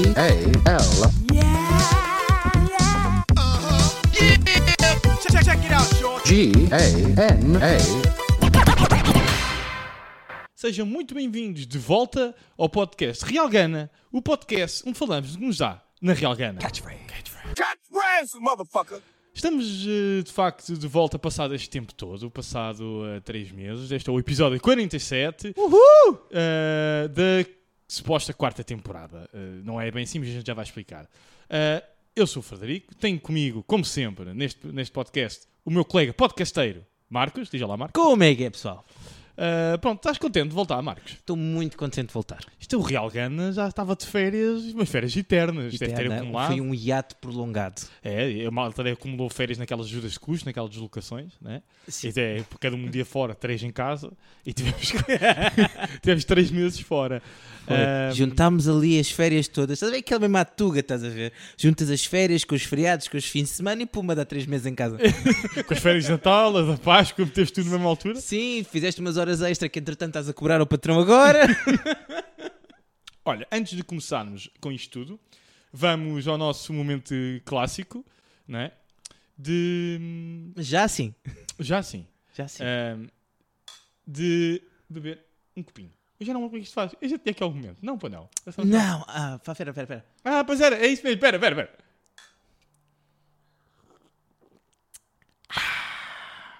G-A-L. Check, check it out, y'all. G-A-N-A. Sejam muito bem-vindos de volta ao podcast Real Gana, o podcast onde falamos do que nos dá na Real Gana. Cut ransom, motherfucker. Estamos, eh, de facto, de volta passado este tempo todo, passado eh, três meses. Este é o episódio 47 eh, da suposta quarta temporada. Eh, não é bem assim, mas a gente já vai explicar. Eh, eu sou o Frederico, tenho comigo, como sempre, neste, neste podcast, o meu colega podcasteiro, Marcos. Diz lá, Marcos. Como é que é, pessoal? Eh, pronto, estás contente de voltar, Marcos? Estou muito contente de voltar. Isto é o Real Gana, já estava de férias, umas férias eternas. Deve é ter Eterna, acumulado. Foi um hiato prolongado. É, a malta daí acumulou férias naquelas ajudas de custo, naquelas deslocações, né? Sim. E até por cada um dia fora, três em casa, e tivemos, tivemos três meses fora. Ah, Juntámos ali as férias todas. Estás a ver aquela mesma atuga, estás a ver? Juntas as férias com os feriados, com os fins de semana e puma, dá três meses em casa. com as férias de Natal, a da Páscoa, meteste tudo na mesma altura. Sim, fizeste umas horas extra que entretanto estás a cobrar ao patrão agora. Olha, antes de começarmos com isto tudo, vamos ao nosso momento clássico, né? De. hum, Já sim. Já sim. Já sim. Ahm, de beber um copinho. Eu já não lembro como é que isto faz. Eu já tinha aqui algum momento. Não, pô, não. É só- Não, ah, pá, pera, pera, pera. Ah, pois era, é isso mesmo. Pera, pera, pera. Ah.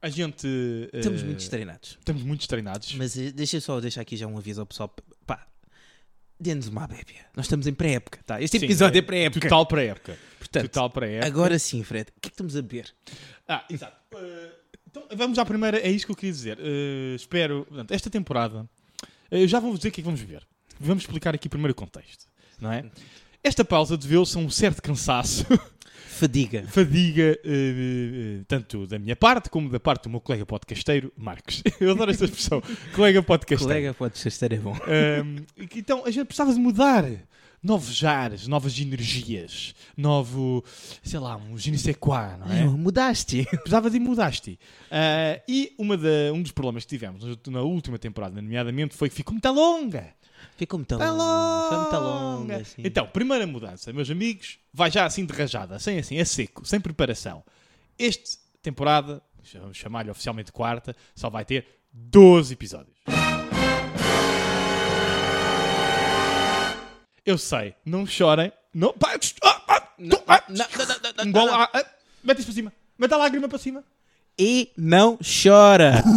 A gente. eh, Estamos muito estreinados. Estamos muito estreinados. Mas eh, deixa eu só deixar aqui já um aviso ao pessoal. Pá, dê-nos uma bébia. Nós estamos em pré-época, tá? Este Sim, episódio é é, pré-época. Total para a época. Portanto, Total para a época. Agora sim, Fred. O que é que estamos a beber? Ah, exato. Eh, então vamos à primeira, é isso que eu queria dizer. Eh, espero, portanto, esta temporada, eu já vou dizer o que é que vamos ver. Vamos explicar aqui primeiro o contexto, não é? Esta pausa deveu-se a um certo cansaço, Fadiga. fadiga, eh, eh, tanto da minha parte como da parte do meu colega podcasteiro, Marcos. Eu adoro esta expressão, colega podcasteiro. Colega, pode ser é bom. Um, e que então a gente precisava de mudar novos ares, novas energias, novo, sei lá, um je ne sais quoi, não é? Não, mudaste. Precisava de mudaste. Ah, e uma da- um dos problemas que tivemos na última temporada, nomeadamente, foi que ficou muito longa. Ficou muito Tá longa. longa. Foi muito longa. assim. Então, primeira mudança, meus amigos, vai já assim de rajada, sem assim, a seco, sem preparação. Este temporada, vamos chamar-lhe oficialmente quarta, só vai ter 12 episódios. Eu sei, não chorem. Não. Pá, tch, ah, ah, tu, ah, não, não, não, não, não, Engola, não. ah, ah, mete isso para cima. Mete a lágrima para cima. E não chora.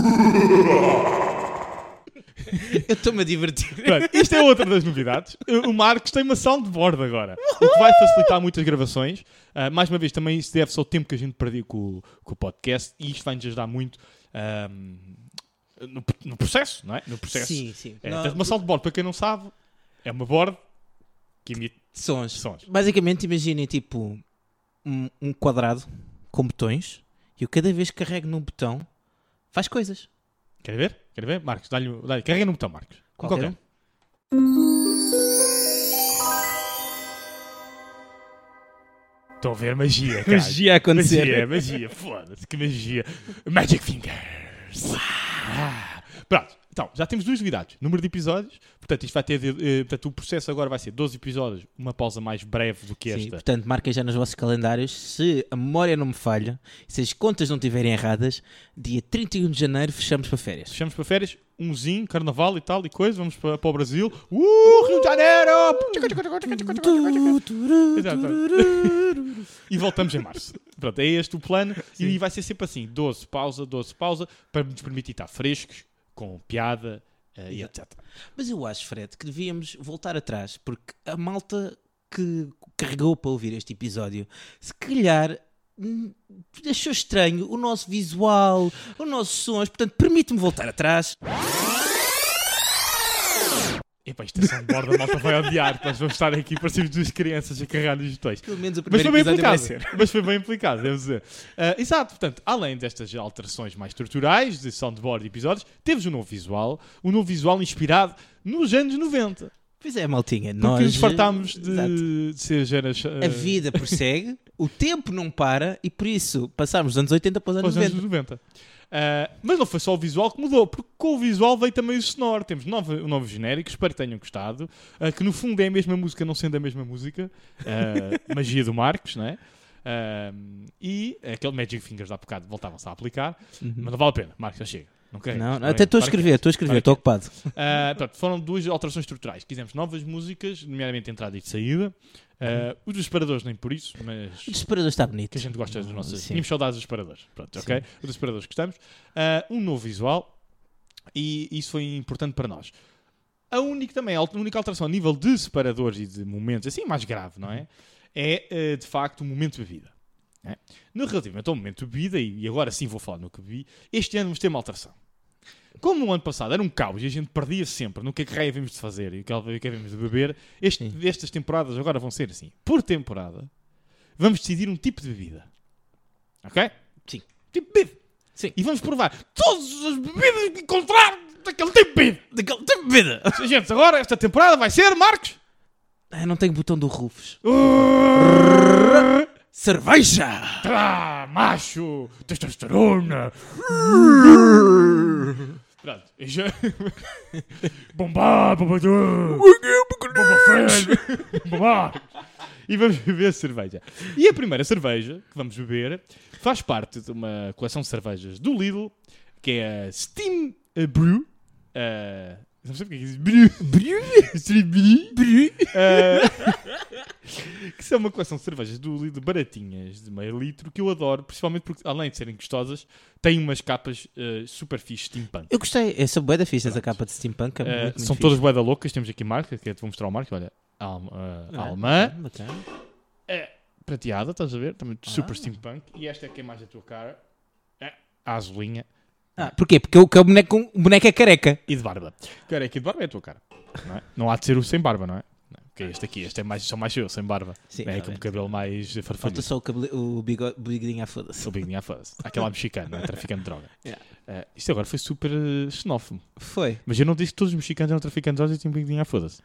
Eu estou-me a divertir. Pronto, isto é outra das novidades. O Marcos tem uma soundboard agora, o que vai facilitar muitas gravações. Ah, mais uma vez, também isso deve-se ao tempo que a gente perdeu com, o- com o podcast e isto vai-nos ajudar muito ahm, no, no processo, não é? No processo. Sim, sim. É, Não, tens uma soundboard, para quem não sabe, é uma board que emite sons. sons. Basicamente, imaginem tipo um, um quadrado com botões e eu cada vez que carrego num botão faz coisas. Quer ver? Quer ver? Marcos, dá-lhe. Dá Carrega no botão, Marcos. Um Qualquer um. Estão a ver magia, cara. Magia a acontecer. Magia, magia, foda-se, que magia. Magic Fingers. Ah. Pronto, então, já temos duas novidades. Número de episódios, portanto, isto vai ter, de- eh, portanto, o processo agora vai ser 12 episódios, uma pausa mais breve do que Sim, esta. portanto, marquem já nos vossos calendários. Se a memória não me falha, se as contas não estiverem erradas, dia 31 de janeiro fechamos para férias. Fechamos para férias, umzinho, carnaval e tal e coisa, vamos para, para o Brasil. Uh, Rio de Janeiro! Exato. E voltamos em março. Pronto, é este o plano e vai ser sempre assim: 12 pausa, 12 pausa, para nos permitir estar frescos, com piada eh, e etc. Mas eu acho, Fred, que devíamos voltar atrás, porque a malta que carregou para ouvir este episódio, se calhar hum, achou estranho o nosso visual, os nossos sons, portanto, permite-me voltar atrás. Epá, isto é soundboard, a malta vai odiar. Nós vamos estar aqui, parecemos duas crianças a carregar nos botões. Pelo menos o Mas primeiro foi bem episódio vai implicado. ser. Mas foi bem implicado, devo dizer. Ah, exato, portanto, além destas alterações mais estruturais de soundboard e episódios, temos um novo visual, um novo visual inspirado nos anos 90. Pois é, maltinha, nós... Porque nos fartámos Exato. de, de ser geração. A vida prossegue, o tempo não para e por isso passámos dos anos 80 para os anos Aos anos 90. 90. Ah, mas não foi só o visual que mudou, porque com o visual veio também o sonoro. Temos nove- novos genéricos, espero que tenham gostado. ah, que no fundo é a mesma música, não sendo a mesma música. Ah, magia do Marcos, não é? Ah, e aquele Magic Fingers há bocado voltavam-se a aplicar, mas não vale a pena, Marcos, já chega. Não queremos, Uhum. Não, não até estou a Para quê? escrever, estou a escrever, Para estou ocupado. Ah, pronto, foram duas alterações estruturais. Quisemos novas músicas, nomeadamente entrada e de saída. Ah, os disparadores, nem por isso, mas O disparador está bonito. que a gente gosta dos nossos. Sim. Tínhamos saudades dos disparadores. Pronto, ok? Os disparadores gostamos. Ah, um novo visual e isso foi importante para nós. A única também, a única alteração a nível de separadores e de momentos, assim mais grave, não é? É eh, de facto o momento de bebida. não é? No relativamente ao momento de bebida, e e agora sim vou falar no que bebi, este ano vamos ter uma alteração. Como no ano passado era um caos e a gente perdia sempre no que é que raio havíamos de fazer e o que é que havíamos de beber, este- Sim. estas temporadas agora vão ser assim. Por temporada, vamos decidir um tipo de bebida. Ok? Sim. Tipo de bebida. Sim. E vamos provar todas as bebidas que encontrar daquele tipo de bebida. Daquele tempo de vida. Gente, agora esta temporada vai ser, Marcos? Ah, não tenho botão do Rufus. Cerveja! Tra, macho, testosterona. Pronto, eu já... Bomba, bomba, bomba freio, bomba. E vamos beber cerveja. E a primeira cerveja que vamos beber faz parte de uma coleção de cervejas do Lidl, que é a Steam eh, Brew. Eh, não sei porque é que diz Brew. Brew? Steam Brew. Eh, que são uma coleção de cervejas do Lidl baratinhas, de meio litro, que eu adoro, principalmente porque, além de serem gostosas, têm umas capas eh, super fixe steampunk. Eu gostei, é essa boeda fixe, essa capa de steampunk. É Eh, muito, muito são todas boeda loucas, temos aqui marca, que é, vou mostrar o marca, olha, Alma, eh, Ah, Alma, prateada, estás a ver? Também super steampunk. E esta é que é mais a tua cara, eh, a azulinha Ah, porquê? Porque o, que é o, boneco, o boneco é careca. e de barba. Careca e de barba é a tua cara, não é? Não há de ser o sem barba, não é? Não, Porque este aqui, este é mais, sou mais eu, sem barba. Sim, é está com o bem. cabelo mais farfalho. Falta só o, cabelo, o bigo- bigodinho à foda-se. O Big Ninha Fuzz. Aquela mexicana, é? traficante de droga. Yeah. Eh, isto agora foi super eh, xenófobo. Foi. Mas eu não disse que todos os mexicanos eram traficantes de drogas e tinham Big Ninha um Foda-se.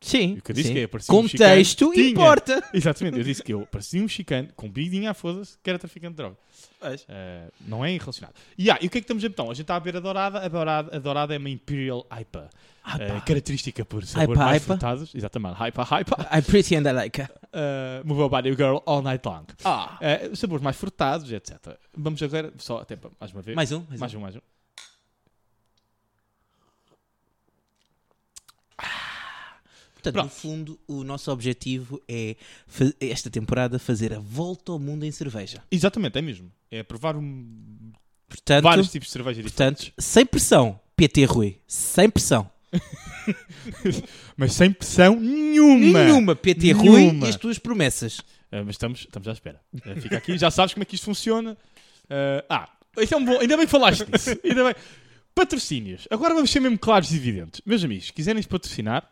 Sim. O que eu disse sim. que é, parecia um Contexto mexicano. Tinha. importa. Exatamente, eu disse que eu parecia um mexicano com Big Ninha Foda-se que era traficante de droga. Pois. Eh, não é relacionado. E, ah, e o que é que estamos então? A gente está a ver a dourada. A dourada, a dourada é uma Imperial IPA. Ah, Eh, característica por sabor IPA, mais IPA. frutados. Exatamente, IPA, IPA. I'm pretty and I like her. Eh, move your body girl all night long. Ah. Eh, sabores mais frutados, etc. Vamos agora, só até para- mais uma vez. Mais um? Mais um, mais um. Portanto, Pronto. no fundo, o nosso objetivo é, fa- esta temporada, fazer a volta ao mundo em cerveja. Exatamente, é mesmo. É provar um- Portanto, vários tipos de cerveja diferentes. portanto sem pressão, PT Rui. Sem pressão. Mas sem pressão nenhuma. Nenhuma, PT Rui Nenhuma. e as tuas promessas. Ah, mas estamos, estamos à espera. Ah, fica aqui, já sabes como é que isto funciona. Ah, ah, isso é um bom. Ainda bem que falaste disso. Ainda bem. Patrocínios. Agora vamos ser mesmo claros e evidentes. Meus amigos, se quiserem patrocinar,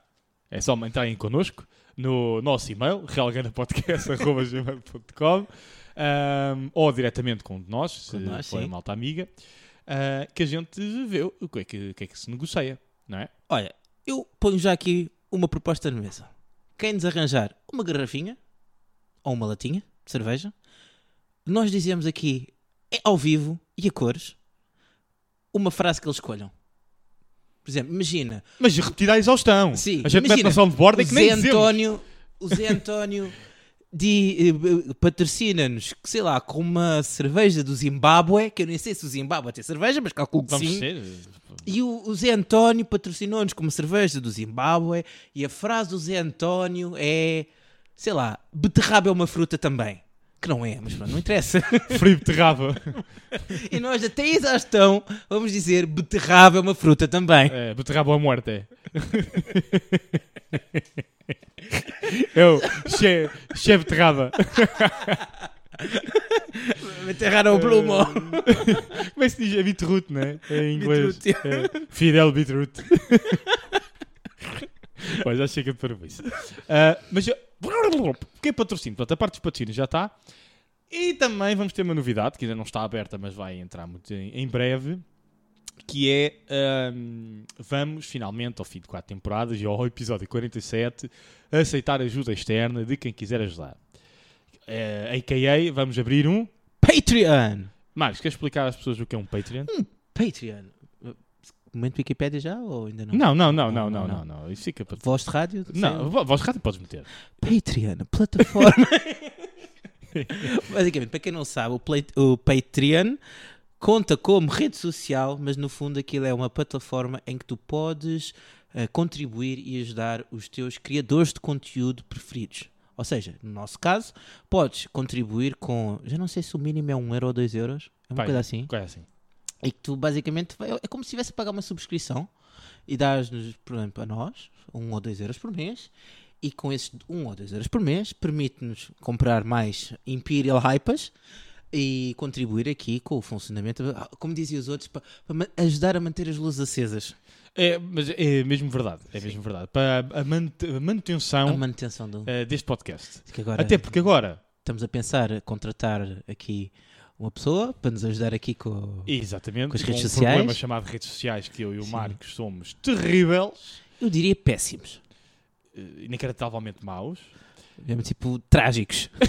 é só entrarem connosco no nosso e-mail, realganapodcast.com ou diretamente com um de nós, se Com nós, for sim. malta amiga, ah, que a gente vê o que é que, o que é que se negocia, não é? Olha, eu ponho já aqui uma proposta na mesa. Quem nos arranjar uma garrafinha ou uma latinha de cerveja, nós dizemos aqui é ao vivo e a cores uma frase que eles escolham. Por exemplo, imagina Mas repetir à exaustão. Sim, a gente mete imagina, na sala de bordo e que o Zé nem dizemos. António, o Zé António de- eh, eh, patrocina-nos, que sei lá, com uma cerveja do Zimbábue, que eu nem sei se o Zimbábue tem cerveja, mas calculo que Vamos sim. ser. E o, o Zé António patrocinou-nos como cerveja do Zimbábue e a frase do Zé António é, sei lá, beterraba é uma fruta também. Que não é, mas pronto, não interessa. eh, Frio beterraba. e nós até em exaustão vamos dizer beterraba é uma fruta também. É, beterraba à morte. Eu, che, che beterraba. Beterraba é o plumo. Como é que se diz? É beetroot, né? É em inglês. Beetroot, É, Fidel beetroot. Olha, já chega de parabéns. Ah, mas eu... Quem patrocina? Portanto, a parte dos patrocínios já está. E também vamos ter uma novidade, que ainda não está aberta, mas vai entrar muito em, em breve. Que é, ahm, vamos finalmente, ao fim de quatro temporadas e ao episódio 47, aceitar ajuda externa Ah, de quem quiser ajudar. Eh, AKA, vamos abrir um Patreon. Marcos, queres explicar às pessoas o que é um Patreon? Hum. Patreon. Uh, Momento Wikipédia já ou ainda não? Não, não, não, não, não, não, não. Isso fica para. Voz de rádio? Não, vo- voz de rádio podes meter. Patreon, plataforma. Basicamente, para quem não sabe, o, play- o Patreon conta como rede social, mas no fundo aquilo é uma plataforma em que tu podes eh, contribuir e ajudar os teus criadores de conteúdo preferidos. Ou seja, no nosso caso, podes contribuir com, já não sei se o mínimo é 1 euro ou 2 euros, é uma Pai, coisa assim. Coisa assim. E que tu basicamente vai- é como se estivesse a pagar uma subscrição e dás-nos, por exemplo, a nós, um ou dois euros por mês. E com esses um ou dois euros por mês, permite-nos comprar mais Imperial Hypers e contribuir aqui com o funcionamento, ah, como diziam os outros, para, ajudar a manter as luzes acesas. É, mas é mesmo verdade. É mesmo verdade. Para a, mante- a A manutenção manutenção do. eh, deste podcast. que agora Até porque agora. estamos a pensar a contratar aqui uma pessoa para nos ajudar aqui com. Exatamente. Com as com redes um sociais. problema chamado redes sociais que eu e o Marcos somos terríveis. Eu diria péssimos. eh, Inacreditavelmente maus. Mesmo tipo trágicos.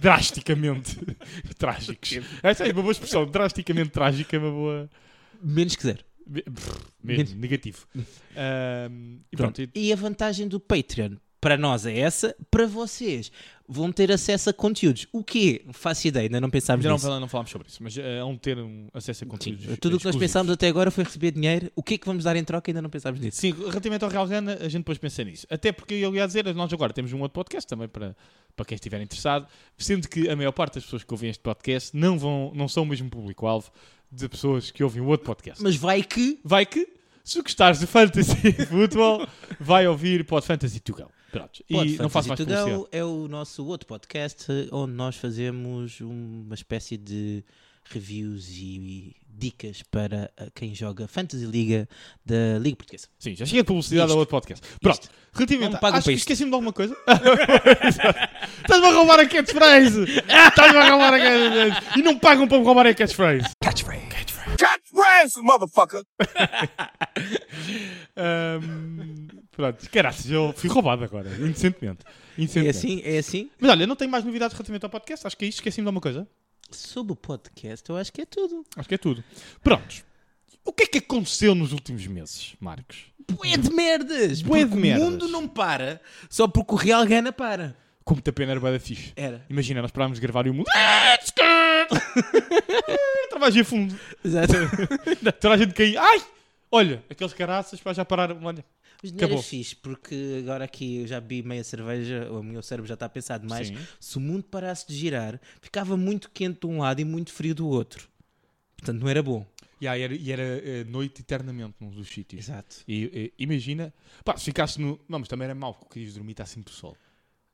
drasticamente trágicos. Essa é uma boa expressão. Drasticamente trágica é uma boa. Menos que zero. me- pff, Mesmo, negativo. Ahm, e pronto, e- E a vantagem do Patreon para nós é essa, para vocês vão ter acesso a conteúdos. O quê? Não Faço ideia, ainda não pensámos já não, nisso. fal- não falámos sobre isso, mas é um ter um acesso a Sim, conteúdos. tudo É o que nós exclusivos. pensámos até agora foi receber dinheiro. O que é que vamos dar em troca? Ainda não pensámos nisso. Sim, relativamente ao Real Gana, a gente depois pensa nisso. Até porque eu ia dizer, nós agora temos um outro podcast também para, para quem estiver interessado, sendo que a maior parte das pessoas que ouvem este podcast não, vão, não são o mesmo público-alvo de pessoas que ouvem o outro podcast. Mas vai que vai que, se gostares de fantasy e futebol, vai ouvir Pod Fantasy to Go. Pronto. Pod E não faço mais Fantasy to publicidade. Go é o nosso outro podcast eh, onde nós fazemos uma espécie de reviews e, e dicas para eh, quem joga Fantasy Liga da Liga Portuguesa. Sim, já chega de publicidade Isto. ao outro podcast. Pronto. Isto. Não Relativamente me a... pagam Acho para que isto. esqueci-me de alguma coisa. Estás-me a roubar a catchphrase. Estás-me a roubar a catchphrase. E não pagam para me roubar a catchphrase. Cut ransom, motherfucker. Ahm, pronto. Caraças, eu fui roubado agora. Indecentemente. É Indecentemente. assim, é assim. Mas olha, não tenho mais novidades relativamente ao podcast. Acho que é isto. Esqueci-me de alguma coisa. Sobre o podcast, eu acho que é tudo. Acho que é tudo. Prontos. O que é que aconteceu nos últimos meses, Marcos? Bué de merdas! Bué porque de merdas. O mundo não para só porque o Real Gana para. Como te pena era bué da fixe. Era. Imagina, nós parávamos de gravar e o mundo. Trabalhos a fundo. Exato. Toda a gente caía. Ai! Olha, aqueles caraças pá, já pararam. Olha. Mas não Acabou. era fixe, porque agora aqui eu já bebi meia cerveja, o meu cérebro já está a pensar demais. Sim. Se o mundo parasse de girar, ficava muito quente de um lado e muito frio do outro. Portanto, não era bom. E aí era, e era, eh, noite eternamente num dos sítios. Exato. E, eh, imagina. Pá, se ficasse no. Não, mas também era mau, porque querias dormir, está sempre sol.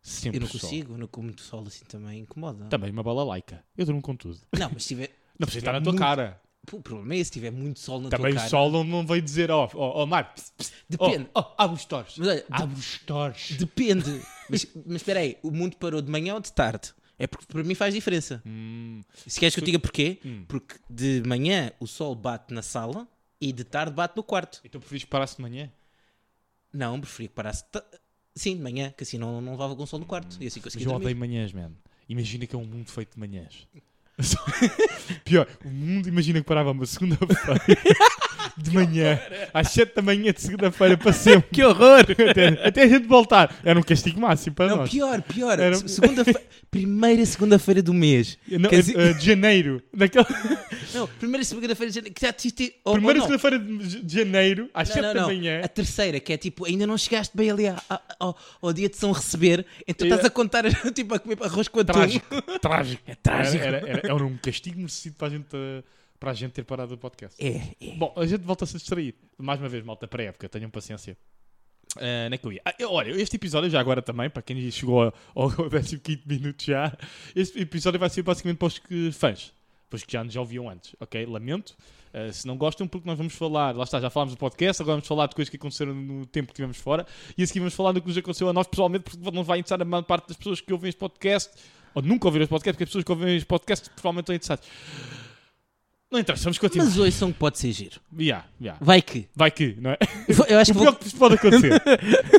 Sempre Eu não sol. consigo, não com muito sol assim também incomoda. Também uma bala laica. Eu durmo com tudo. Não, mas se tiver. Tá. Não precisa estar na tua muito- cara. Pô, O problema é esse, se tiver muito sol na Também tua o cara. sol não, não veio dizer, ó, ó, ó, Marco. pss, pss, Depende. Ó, ó, abre os torres. Mas olha, Abre os torres. Depende. mas, mas espera aí, o mundo parou de manhã ou de tarde? É porque para mim faz diferença. Hum. Se queres que eu diga porquê? Porque de manhã o sol bate na sala e de tarde bate no quarto. Então prefiro parar-se de manhã? Não, preferia que parasse. ta- Sim, de manhã, que assim não, não levava com o sol no quarto. E assim Mas conseguia eu dormir. odeio manhãs, man. Imagina que é um mundo feito de manhãs. Só- Pior, o mundo imagina que parava uma segunda-feira de manhã, às 7 da manhã de segunda-feira para sempre. Que horror! Até, até a gente voltar. Era um castigo máximo para Não, nós. pior, pior. Era- Se- Segunda-feira. Primeira segunda-feira do mês. Não, Quer dizer- eh, de janeiro. Oh, Daquela... Não, primeira segunda-feira de janeiro. Que já te te- ou- ou Primeira não. segunda-feira de de janeiro, às 7 Não, não, da não. manhã. A terceira, que é tipo, ainda não chegaste bem ali a- a- ao, ao dia de São Receber, então estás Yeah. a contar tipo, a comer arroz com atum. Trágico, trágico. É trágico. Era, era- era- era um castigo merecido para a gente, eh, para a gente ter parado o podcast. É, é. Bom, a gente volta-se a distrair. Mais uma vez, malta, pré-época, tenham paciência. Ah, onde é que eu ia? Ah, eu- olha, este episódio já agora também, para quem chegou ao- ao 15 minuto já, este episódio vai ser basicamente para os que fãs, para os que já nos já ouviam antes, ok? Lamento. Ah, se não gostam, porque nós vamos falar, lá está, já falámos do podcast, agora vamos falar de coisas que aconteceram no tempo que estivemos fora, e a seguir vamos falar do que nos aconteceu a nós pessoalmente, porque não vai interessar a maior parte das pessoas que ouvem este podcast, ou nunca ouviram este podcast, porque as pessoas que ouvem este podcast provavelmente estão interessadas. Não interessa, vamos continuar. Mas hoje são que pode ser giro. Yeah, yeah. Vai que. Vai que, não é? Eu acho O que pior vou... que vos pode acontecer.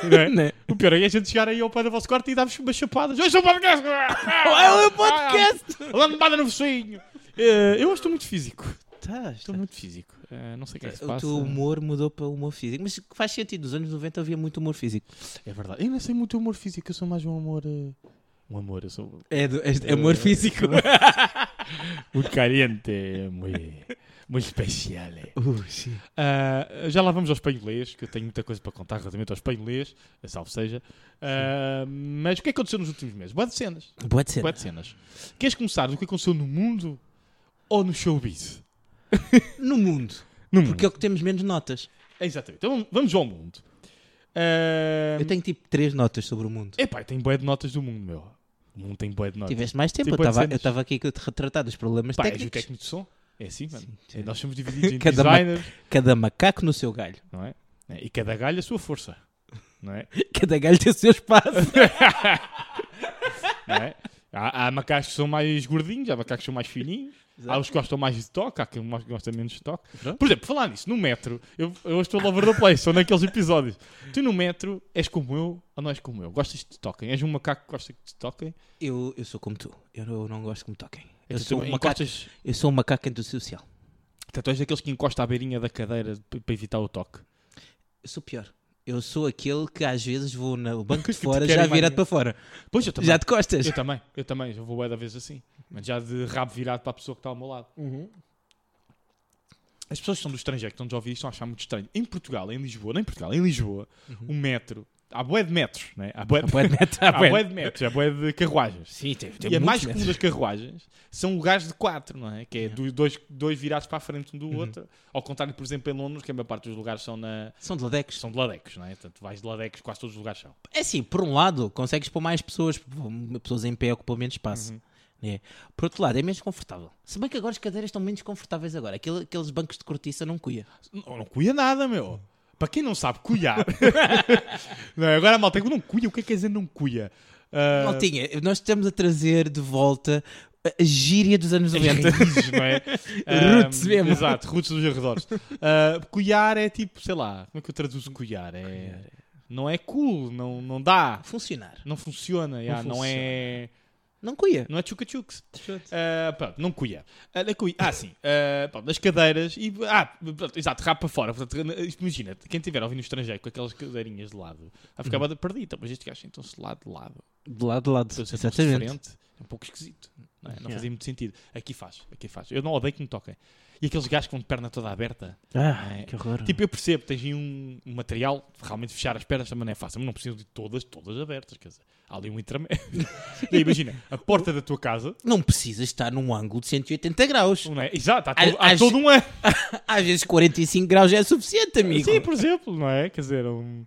não é? Não é? O pior é a gente chegar aí ao pé do vosso quarto e dar-vos umas chapadas. Hoje é um podcast! É um podcast! Lambada no focinho! Eh, eu hoje estou muito físico. Estás, Estou muito físico. Eh, não sei o que tá, é que se Então, O passa. teu humor mudou para o humor físico. Mas faz sentido, nos anos 90 havia muito humor físico. É verdade. Eu não sei muito o humor físico, eu sou mais um amor. eh, Um amor, eu sou É, humor humor físico. muito caliente, um muito, muito especial. eh. Ah, já lá vamos ao espanholês, que eu tenho muita coisa para contar relativamente ao espanholês, salvo seja. Ah, mas o que é que aconteceu nos últimos meses? Boa de cenas. Pode ser. Bué de cenas. Queres começar do que aconteceu no mundo ou no showbiz? No mundo. No mundo. Porque é o que temos menos notas. Exatamente. Então vamos ao mundo. Ah, Eu tenho tipo três notas sobre o mundo. Epá, tem boé de notas do mundo, meu. O mundo tem boé de notas. Tiveste mais tempo, Tipo, eu estava- oitocentos. eu estava aqui a te retratar dos problemas Pá, és o técnicos. técnico de som. É assim, mano. sim. Nós somos divididos em Cada designers, Cada macaco no seu galho. não é? É, E cada galho a sua força. Não é? Cada galho tem o seu espaço. Não é? Há, há macacos que são mais gordinhos, há macacos que são mais fininhos, há os que gostam mais de toque, há quem mais gosta menos de toque. Por exemplo, falar nisso, no metro, eu, eu estou lover the place, sou naqueles episódios. Tu no metro és como eu ou não és como eu? Gostas de te toquem? És um macaco que gosta que te toquem? Eu, eu sou como tu. Eu não, eu não gosto que me toquem. Eu Então, sou, tu um macaco, encostas- eu sou um macaco antissocial. Então, tu és daqueles que encosta à beirinha da cadeira p- para evitar o toque. Eu sou pior. Eu sou aquele que às vezes vou no banco Que de te fora querem já virado mais. para fora. Pois eu também. Já de costas. Eu também, eu também, eu vou bué da vez assim. Mas já de rabo virado para a pessoa que está ao meu lado. Uhum. As pessoas que são do estrangeiro, que estão a ouvir isto, estão a achar muito estranho. Em Portugal, em Lisboa, não em Portugal, em Lisboa, o metro, há bué de metros, né? há bué de, É Bué de é metro, Uhum. há há bué bué de metros, há bué de carruagens. Sim, tem, tem e a muitos mais metros. comum das carruagens são lugares de quatro, não é? Que é do- dois, dois virados para a frente um Uhum. do outro. Ao contrário, por exemplo, em Londres, que a maior parte dos lugares são, na, São de ladecos. são de ladecos, não é? Portanto, vais de ladecos, quase todos os lugares são. É assim, por um lado, consegues pôr mais pessoas, um, pessoas em pé ocupam menos espaço. Uhum. né? Por outro lado, é menos confortável. Se bem que agora as cadeiras estão menos confortáveis agora. Aquele- aqueles bancos de cortiça não cuia. Não, não cuia nada, meu. Para quem não sabe, cuiar. não, é? agora, malta, eu não cuia. O que é que quer dizer não cuia? Ah, Maltinha, nós estamos a trazer de volta a a gíria dos anos 90. raízes, não é? Roots Ah, mesmo. Exato, roots dos arredores. Ah, cuiar é tipo, sei lá, como é que eu traduzo cuiar? É, não é cool, não, não dá, Funcionar. não funciona, já, não, é... Não cuia. Não é chuca-chucs. pronto, não cuia. Ah, não cuia. Ah, sim. ah, pronto, das cadeiras e. Ah, pronto, exato, rabo para fora. Portanto, isto imagina, quem tiver ouvindo no estrangeiro com aquelas cadeirinhas de lado, vai Hum. ficar uhum. perdido. Mas este gajo sentam-se lá de lado. De lado, de lado. Então, sentam-se de Exatamente. frente, é um pouco esquisito. Não, é? Não Yeah. fazia muito sentido. Aqui faz, aqui faz. Eu não odeio que me toquem. E aqueles gajos com a perna toda aberta. Ah, É. que horror. Tipo, eu percebo, tens aí um, um material, realmente fechar as pernas também não é fácil, mas não precisam de todas, todas abertas. Quer dizer, há ali um intermédio. e aí, imagina, a porta da tua casa Não precisas estar num ângulo de 180 graus. não é? Exato, há, Às- todo, há às- todo um ano. Às vezes 45 graus já é suficiente, amigo. Sim, por exemplo, não é? Quer dizer, um...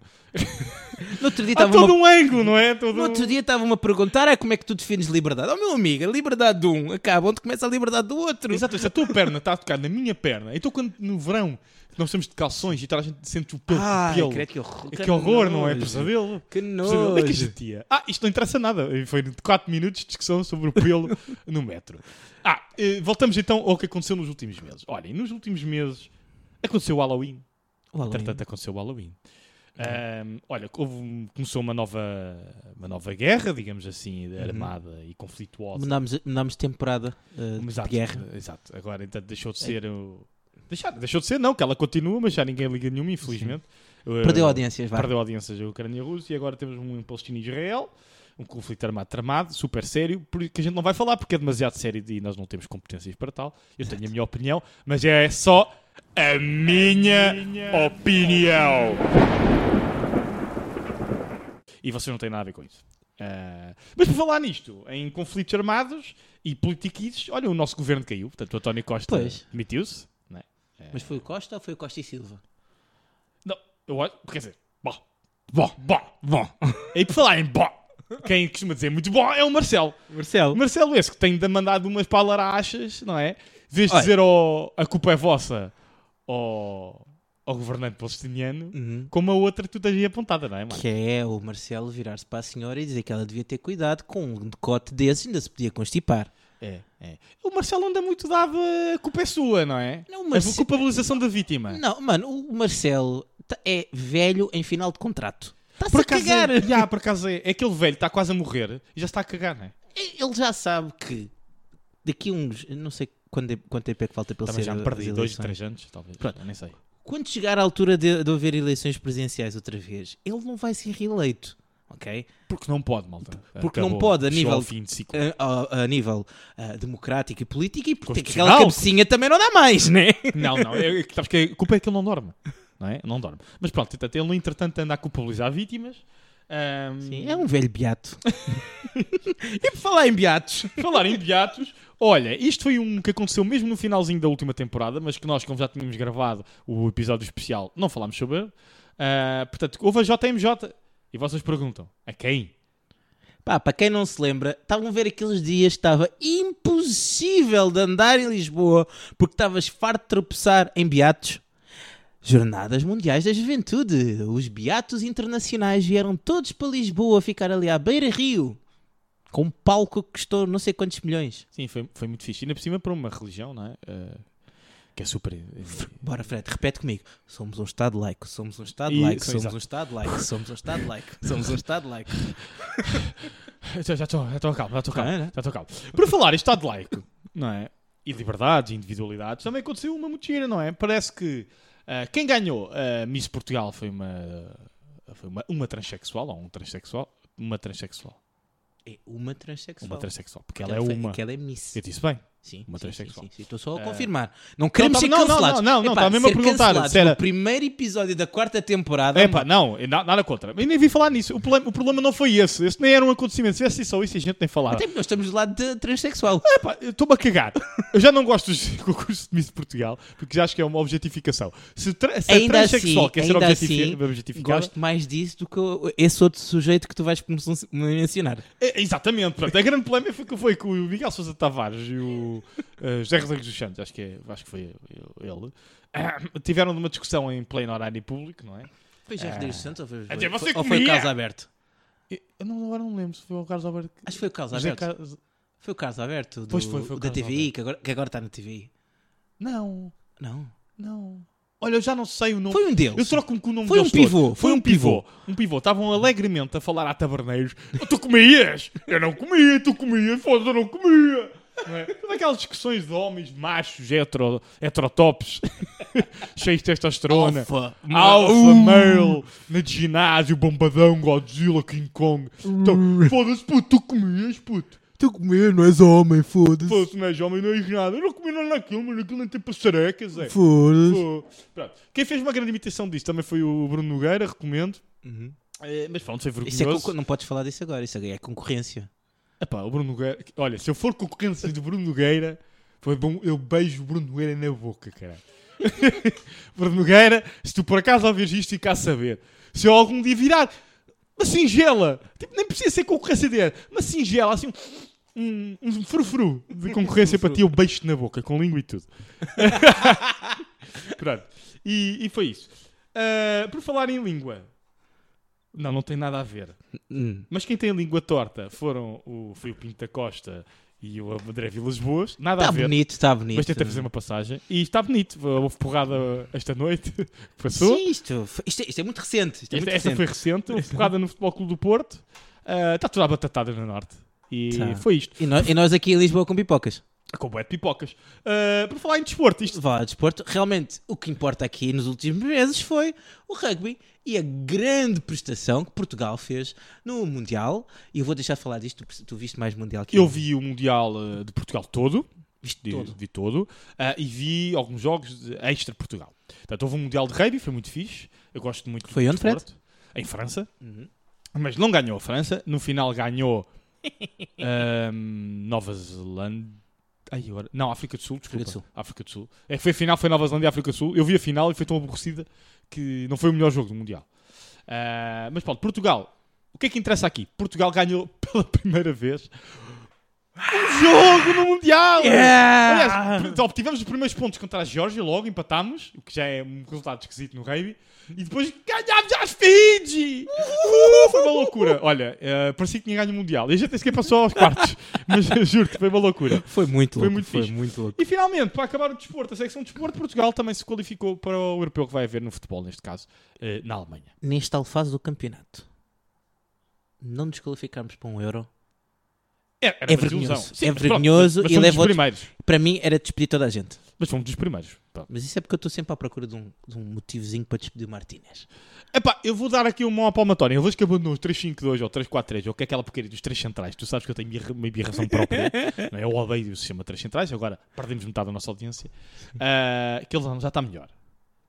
No outro dia há estava uma todo um ângulo, não é? Todo No outro um- dia estava-me a perguntar ah, como é que tu defines liberdade. Oh, meu amigo, a liberdade de um acaba onde começa a liberdade do outro. um- Exato, se a tua perna está a tocar na minha perna, então quando no verão nós estamos de calções e toda a gente sente o pelo, Ah, pelo. credo, que horror. Que horror, não é? nojo. Pesadelo. Que Pesadelo. Onde é que nojo. isto tinha? Ah, isto não interessa nada. E Foi 4 minutos de discussão sobre o pelo no metro. Ah, eh, voltamos então ao que aconteceu nos últimos meses. Olhem, nos últimos meses aconteceu o Halloween. O Halloween. Entretanto, aconteceu o Halloween. Ahm, olha, houve um- começou uma nova, uma nova guerra, digamos assim, Uhum. armada e conflituosa. Mudámos, mudámos de temporada uh, Mas, de guerra. É. Exato. Agora, então, deixou de ser o... Deixar, deixou de ser, não, que ela continua, mas já ninguém liga nenhuma, infelizmente. Eh, Perdeu audiências, vá. Perdeu audiências a Ucrânia e a Rússia e agora temos um em Palestina e Israel, um conflito armado tramado, super sério, por- que a gente não vai falar porque é demasiado sério e nós não temos competências para tal. Eu tenho a minha opinião, mas é só a minha opinião. E vocês não têm nada a ver com isso. Ah, mas por falar nisto, em conflitos armados e politiquices, olha, o nosso governo caiu, portanto o António Costa Pois. demitiu-se. não é? Mas foi o Costa ou foi o Costa e Silva? Não, eu acho. Quer dizer, bom. Bom, bom, bom. E por falar em bom, quem costuma dizer muito bom é o Marcelo. O Marcelo. Marcelo, esse que tem de mandado umas palarachas, não é? Em vez de Olha. dizer ao- a culpa é vossa ao, ao governante palestiniano, como a outra que tu tens aí apontada, não é, mano? Uhum. Que é o Marcelo virar-se para a senhora e dizer que ela devia ter cuidado com um decote desses, ainda se podia constipar. É, é. O Marcelo anda muito dado a culpa é sua, não é? Não, A Marce- culpabilização da vítima. Não, mano, o Marcelo tá- é velho em final de contrato. Está-se Por a acaso, cagar. é, Ya, por acaso é, é aquele velho que está quase a morrer e já está a cagar, não é? Ele já sabe que daqui a uns, não sei Quanto, tempo- quanto tempo é que falta para ele Também ser já me as perdi, dois, eleições? três anos, talvez. Pronto. Nem sei. Quando chegar a altura de, de haver eleições presidenciais outra vez, ele não vai ser reeleito, ok? Porque não pode, malta. Porque Acabou. não pode, a Chegou nível- ao fim de ciclo. A, a- a nível ah, democrático e político, e porque aquela Constitucional. cabecinha também não dá mais, né? Não, não. É, é que sabes que a culpa é que ele não dorme. Não é? Não dorme. Mas pronto, portanto, ele no entretanto anda a culpabilizar vítimas. Ahm, Sim, é um velho beato. e por falar em beatos, Falar em beatos. Olha, isto foi um que aconteceu mesmo no finalzinho da última temporada, mas que nós, como já tínhamos gravado o episódio especial, não falámos sobre. ele. Ah, portanto, houve a JMJ. E vocês perguntam, a quem? Pá, para quem não se lembra, estavam a ver aqueles dias que estava impossível de andar em Lisboa porque estavas farto de tropeçar em beatos. Jornadas Mundiais da Juventude. Os beatos internacionais vieram todos para Lisboa ficar ali à beira-rio com um palco que custou não sei quantos milhões. Sim, foi, foi muito fixe. E ainda por cima para uma religião, não é? Ah, que é super... Bora, Fred, repete comigo. Somos um Estado laico, somos um Estado E- é. laico, sim, somos exato. um Estado laico, somos um Estado laico, somos um Estado laico. Já estou já estou calmo, já estou calmo. Ah, né? Já estou calmo. Por falar em Estado laico, não é? E liberdades, e individualidades, também aconteceu uma muito gira, não é? Parece que ah, quem ganhou a Miss Portugal foi uma, foi uma, uma transexual, ou um transexual, uma transexual, É uma transexual. uma transexual, porque ela é foi- uma. Que ela é miss. Eu disse bem, Sim, Uma sim, transexual. sim, sim, sim. Estou só a Eh, confirmar. Não queremos tá- ser não, não, cancelados. não, não, não, Epá, tá mesmo a ser perguntar, cancelados se era- no primeiro episódio da quarta temporada. Epá, não, na- nada contra. Eu nem vi falar nisso. O problema, o problema não foi esse. Esse nem era um acontecimento. Se tivesse só isso, a gente nem falava. Até porque nós estamos do lado de transexual. Epá, eu estou-me a cagar. Eu já não gosto dos concursos de Miss Portugal, porque já acho que é uma objetificação. Se, tra se Ainda a transexual assim, quer ser ainda objetifi- assim, objetificada, Gosto mais disso do que o- esse outro sujeito que tu vais começar a mencionar. É, exatamente, pronto. A grande polémica foi que foi com o Miguel Sousa Tavares e o eh, José Rodrigues dos Santos, acho que, é- acho que foi ele, Ah, tiveram uma discussão em pleno horário público, não é? Foi José Rodrigues dos Santos ou foi, Até você foi- Ah. ou foi o comia! Carlos Aberto? E- Eu não, agora não me lembro se foi o Carlos Alberto. Acho que foi o Carlos José Alberto. Carlos- Foi o Carlos Alberto do, é Pois foi, foi o da Carlos TVI, que agora, que agora está na TVI. Não, Não. não. Olha, eu já não sei o nome. Foi um Eu deles. troco-me com o nome Foi um deles todos. pivô, foi Foi um um pivô. Um pivô. Estavam alegremente a falar a taberneiros. Tu comias? Eu não comia. Tu comias? Foda, eu não comia. Não é? Todas aquelas discussões de homens, machos, hetero, heterotops, cheios de testosterona. Alfa. Alpha, é male, na de ginásio, bombadão, Godzilla, King Kong. Então, foda-se, puto, tu comias, puto. Tu comer, não és homem, foda-se. Foda-se, não és homem, não és nada. Eu não comi nada naquilo, mas naquilo nem tem passarecas, é. Foda-se. Pô. Pronto. Quem fez uma grande imitação disso também foi o Bruno Nogueira, recomendo. Uhum. Eh, mas pronto, foi vergonhoso. Isso é concu- não podes falar disso agora, isso é concorrência. Epá, o Bruno Nogueira... Olha, se eu for concorrência do Bruno Nogueira, foi bom, eu beijo o Bruno Nogueira na boca, caralho. Bruno Nogueira, se tu por acaso ouvires isto, fica a saber. Se eu algum dia virar uma singela, tipo, nem precisa ser concorrência dele, uma singela, assim, um, um frufru de concorrência para ti, eu beijo-te na boca, com língua e tudo. Pronto. E, e foi isso. Ah, por falar em língua... Não, não tem nada a ver. Hum. Mas quem tem língua torta foram o, foi o Pinto da Costa e o André Vilas Boas. Nada Está a ver. Tá bonito, está bonito. Mas tentei fazer uma passagem. E está bonito. Houve porrada esta noite. que Passou. Sim, isto, foi- isto, é- isto é muito recente. Isto é esta muito esta recente. foi recente. Houve porrada no Futebol Clube do Porto. Ah, está toda a batatada no Norte. E Tá. foi isto. E, nós, e nós aqui em Lisboa com pipocas. Com bué de pipocas. Ah, por falar em desporto, isto Vá, desporto. Realmente, o que importa aqui nos últimos meses foi o rugby e a grande prestação que Portugal fez no Mundial. E eu vou deixar de falar disto, tu, tu viste mais Mundial que Eu vi o Mundial eh, de Portugal todo. Vi todo. Vi todo. Ah, e vi alguns jogos de extra de Portugal. Portanto, houve um Mundial de Rugby, foi muito fixe. Eu gosto muito Foi do onde, Fred? desporto. Em França. Uhum. Mas não ganhou a França. No final ganhou ahm, Nova Zelândia. Ai, agora- Não, África do Sul, desculpa. África do Sul. África do Sul. É que foi a final, foi Nova Zelândia e África do Sul. Eu vi a final e foi tão aborrecida que não foi o melhor jogo do Mundial. Ah, mas pronto, Portugal. O que é que interessa aqui? Portugal ganhou pela primeira vez um jogo no Mundial! Yeah! Aliás, pr- obtivemos os primeiros pontos contra a Geórgia, logo empatámos, o que já é um resultado esquisito no rugby, e depois ganhámos às Fiji! Uh, foi uma loucura. Olha, eh, parecia que tinha ganho o Mundial. E a gente nem sequer passou aos quartos, mas eu juro que foi uma loucura. Foi muito Foi louco. muito Foi fixe. muito louco. E finalmente, para acabar o desporto, a secção de um desporto, Portugal também se qualificou para o europeu que vai haver no futebol, neste caso, eh, na Alemanha. Nesta alfase do campeonato, não nos qualificarmos para um Euro É, É vergonhoso. É vergonhoso e e leva leva outro- um primeiros. Para mim era despedir toda a gente. Mas foi um dos primeiros. Pá. Mas isso é porque eu estou sempre à procura de um, de um motivozinho para despedir o Martínez. Epá, eu vou dar aqui uma palmatória. Eu vejo que abandonou os 352 ou 343 ou o que é aquela porcaria dos três centrais. Tu sabes que eu tenho birra- uma birração própria. não é? Eu odeio o sistema de três centrais. Agora perdemos metade da nossa audiência. Ah, aquele ano já está melhor.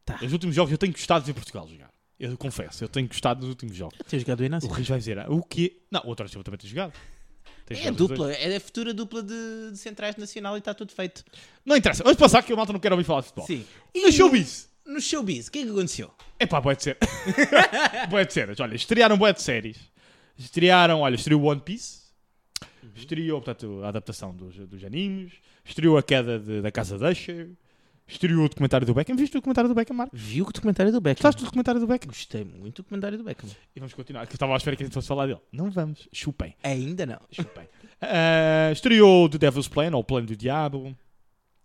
Tá. Os últimos jogos eu tenho gostado de ver Portugal jogar. Eu confesso, eu tenho gostado dos últimos jogos. Tem jogado o O Inácio? Rios vai dizer, ah, o quê? Não, o outro eu também tem jogado. Tem É a jogado os dois. dupla, é a futura dupla de, de centrais nacional e está tudo feito. Não interessa, vamos passar que o malta não quer ouvir falar de futebol. Sim. E no showbiz? No showbiz, o que é que aconteceu? É pá, boé de ser. boé de séries. Olha, estrearam boé de séries. Estrearam, olha, estreou One Piece. Uhum. Estreou, portanto, a adaptação dos, dos animes. Estreou a queda de- da Casa de Usher. Estreou o documentário do Beckham. Viste o documentário do Beckham, Marco? Vi o documentário do Beckham. Gostaste do documentário do Beckham? Gostei muito do documentário do Beckham. E vamos continuar, que eu estava à espera que a gente fosse falar dele. Não vamos. Chupem. Ainda não. Chupem. Ah, estreou The Devil's Plan, ou O Plano do Diabo.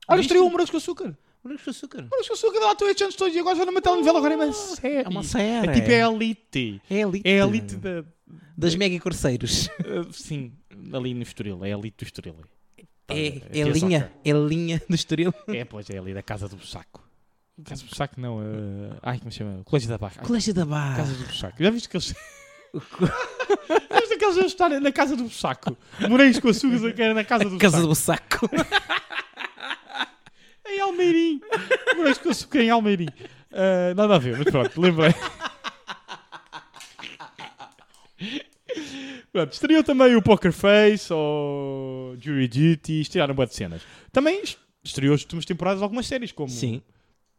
Olha, Viste? estreou o Morangos com Açúcar. Morangos com açúcar. Morangos com Açúcar, lá tu estes anos todos. E agora já numa telenovela, agora é uma série. É uma série. É tipo a elite. É a elite. É a elite da, das mega corseiros. Uh, sim, ali no Estoril, é ali do Estoril. É, Tá, é a aqui só linha, é a linha do Estoril. cá. É, pois, é ali da Casa do Bussaco. Casa do Bussaco não, uh, ai como se chama? Colégio da Barra. Ai, Colégio da Barra. Casa do Bussaco. Já viste que eles... Já viste aqueles eles estarem na Casa do Bussaco? Morangos com açúcar que era na Casa do Casa Bussaco. do Saco. Em Almeirim. Morangos com açúcar em Almeirim. Uh, nada a ver, mas pronto, lembrei. Pronto, estreou também o Poker Face, ou Jury Duty, estrearam boa de cenas. Também est- estreou as últimas temporadas algumas séries, como... Sim.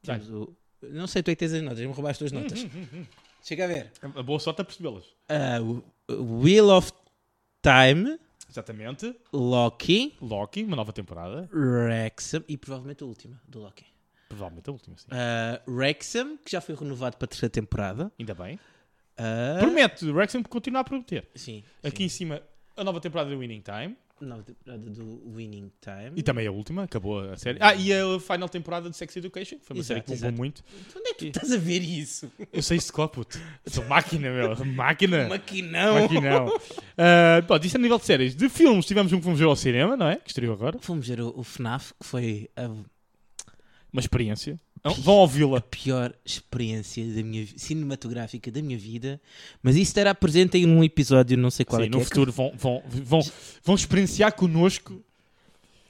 Tá. Temos o- Não sei, tu é que tens as notas, já me roubaste as tuas notas. Chega a ver. A boa sorte é percebê-las. Ah, o- o Wheel of Time, Exatamente. Loki, Loki, uma nova temporada. Wrexham e provavelmente a última do Loki. Provavelmente a última, sim. Ah, Wrexham, que já foi renovado para a terceira temporada. Ainda bem. Ah, Promete, o Wrexham continua a prometer. Sim. Aqui em cima, a nova temporada do Winning Time. Nova temporada do Winning Time. E tá também a última, acabou a série. Ah, e a final temporada de Sex Education. Foi uma Exato, série que bombou exato. muito. Onde é que tu estás a ver isso? Eu sei isso de cor, puto. Eu sou máquina, meu. Máquina. é Maquinão! Maquinão. Ah, pronto, isso a nível de séries. De filmes, tivemos um que fomos ver ao cinema, não é? Que estreou agora. Fomos ver o, o FNAF, que foi a Uma experiência. Não, Vão ouvi-la. pior experiência da minha, vi- cinematográfica da minha vida, mas isso estará presente em um episódio, não sei qual Sim, é que no é. futuro vão, vão, vão, vão experienciar connosco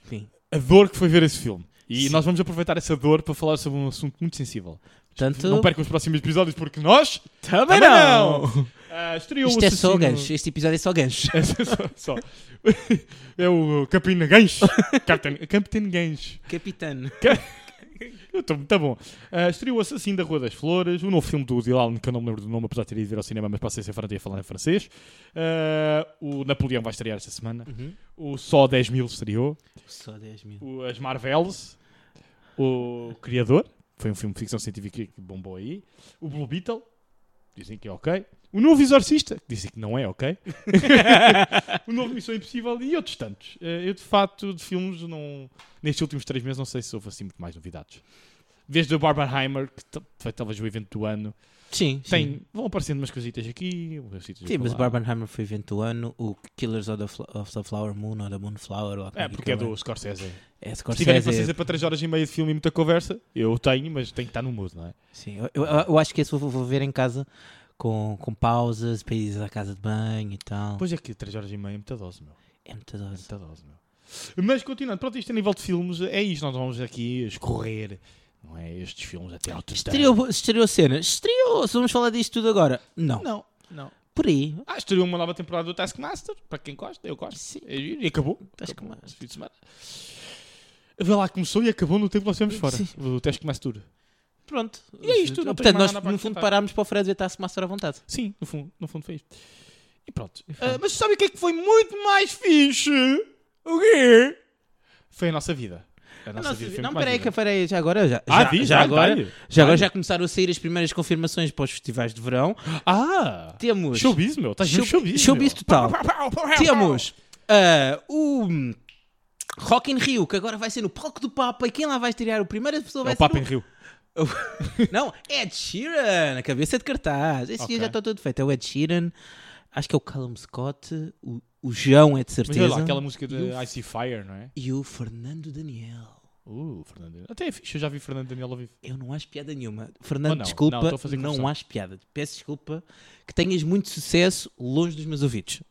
Sim. a dor que foi ver esse filme. E Sim. nós vamos aproveitar essa dor para falar sobre um assunto muito sensível. Portanto, Não percam os próximos episódios porque nós Então- também Ah, estreou Isto o é só assassino- gancho, este episódio é só gancho. É só, só. É o Capitão Gancho. Captain, Captain Gancho. Capitano. Eu estou muito bom. Ah, estreou o Assassino da Rua das Flores, o novo filme do Woody Allen, que eu não me lembro do nome, apesar de ter ido ver ao cinema, mas passei a ser franco a falar em francês. Ah, o Napoleão vai estrear esta semana. O Só 10 Mil estreou. Uhum. Só 10 mil. O- tipo, as Marvels. O Criador. Foi um filme de ficção científica que bombou aí. O Blue Beetle. Dizem que é ok. O Novo Exorcista. que Dizem que não é ok. o Novo Missão Impossível e outros tantos. Eh, Eu, de facto, de filmes, não... nestes últimos três meses, não sei se houve assim muito mais novidades. Desde o Barbenheimer, que ta- foi talvez o evento do ano. Sim, sim. Tem, vão aparecendo umas coisitas aqui, umas coisitas Sim, mas o lá. Barbenheimer foi evento do ano, o Killers of the, Fla- of the Flower Moon ou da Moonflower. Ou É, porque é do Scorsese. É Se tiverem Scorsese. paciência para três horas e meia de filme e muita conversa, eu tenho, mas tem que estar no mood, não é? Sim, eu, eu- eu acho que esse eu vou, vou ver em casa com, com pausas, para ir à casa de banho e tal. Pois é que 3 horas e meia é muita dose, meu. É muita É dose. muita dose, meu. Mas continuando, pronto, isto a nível de filmes, é isto. Nós vamos aqui escorrer, não é? Estes filmes até ao tostão. Estreou, estreou cena. Estreou. Se vamos falar disto tudo agora. Não. Não, não. Por aí. Ah, estreou uma nova temporada do Taskmaster, para quem gosta, eu gosto. Sim. É giro, E acabou. Taskmaster. Acabou esse fim de semana. Vê lá, começou e acabou no tempo que nós estivemos fora. Sim. O Taskmaster. Pronto. E é isto, não tem Portanto, mais nós nada para no fundo acrescentar. parámos para o Fred ver Tasse Master à vontade. Sim, no fundo, no fundo foi isto. E pronto. Ah, mas sabe o que é que foi muito mais fixe? O quê? Foi a nossa vida. A nossa, vida foi não, muito mais peraí, vida. que- peraí, já agora. Já, Ah, já, vi, já já, agora, dá-lhe. já agora já começaram a sair as primeiras confirmações para os festivais de verão. Ah! Temos. Showbiz, meu. Estás no Show- showbiz. showbiz meu. total. Pau, pau, pau, É pau, Temos ah, o hum, Rock in Rio, que agora vai ser no palco do Papa. E quem lá vai estrear? O primeira pessoa pau. vai É o Papa ser. em o- Rio. Não, Ed Sheeran, a cabeça de cartaz. Esse Ok. dia já está tudo feito. É o Ed Sheeran. Acho que é o Callum Scott, o, o João é de Mas certeza. olha lá, aquela música de E o- I See Fire, não é? E o Fernando Daniel. Uh, Fernando. Até é fixe, eu já vi Fernando Daniel ao vivo. Eu não acho piada nenhuma. Fernando, não? desculpa, Não, estou a fazer não, confusão. acho piada. Peço desculpa que tenhas muito sucesso longe dos meus ouvidos.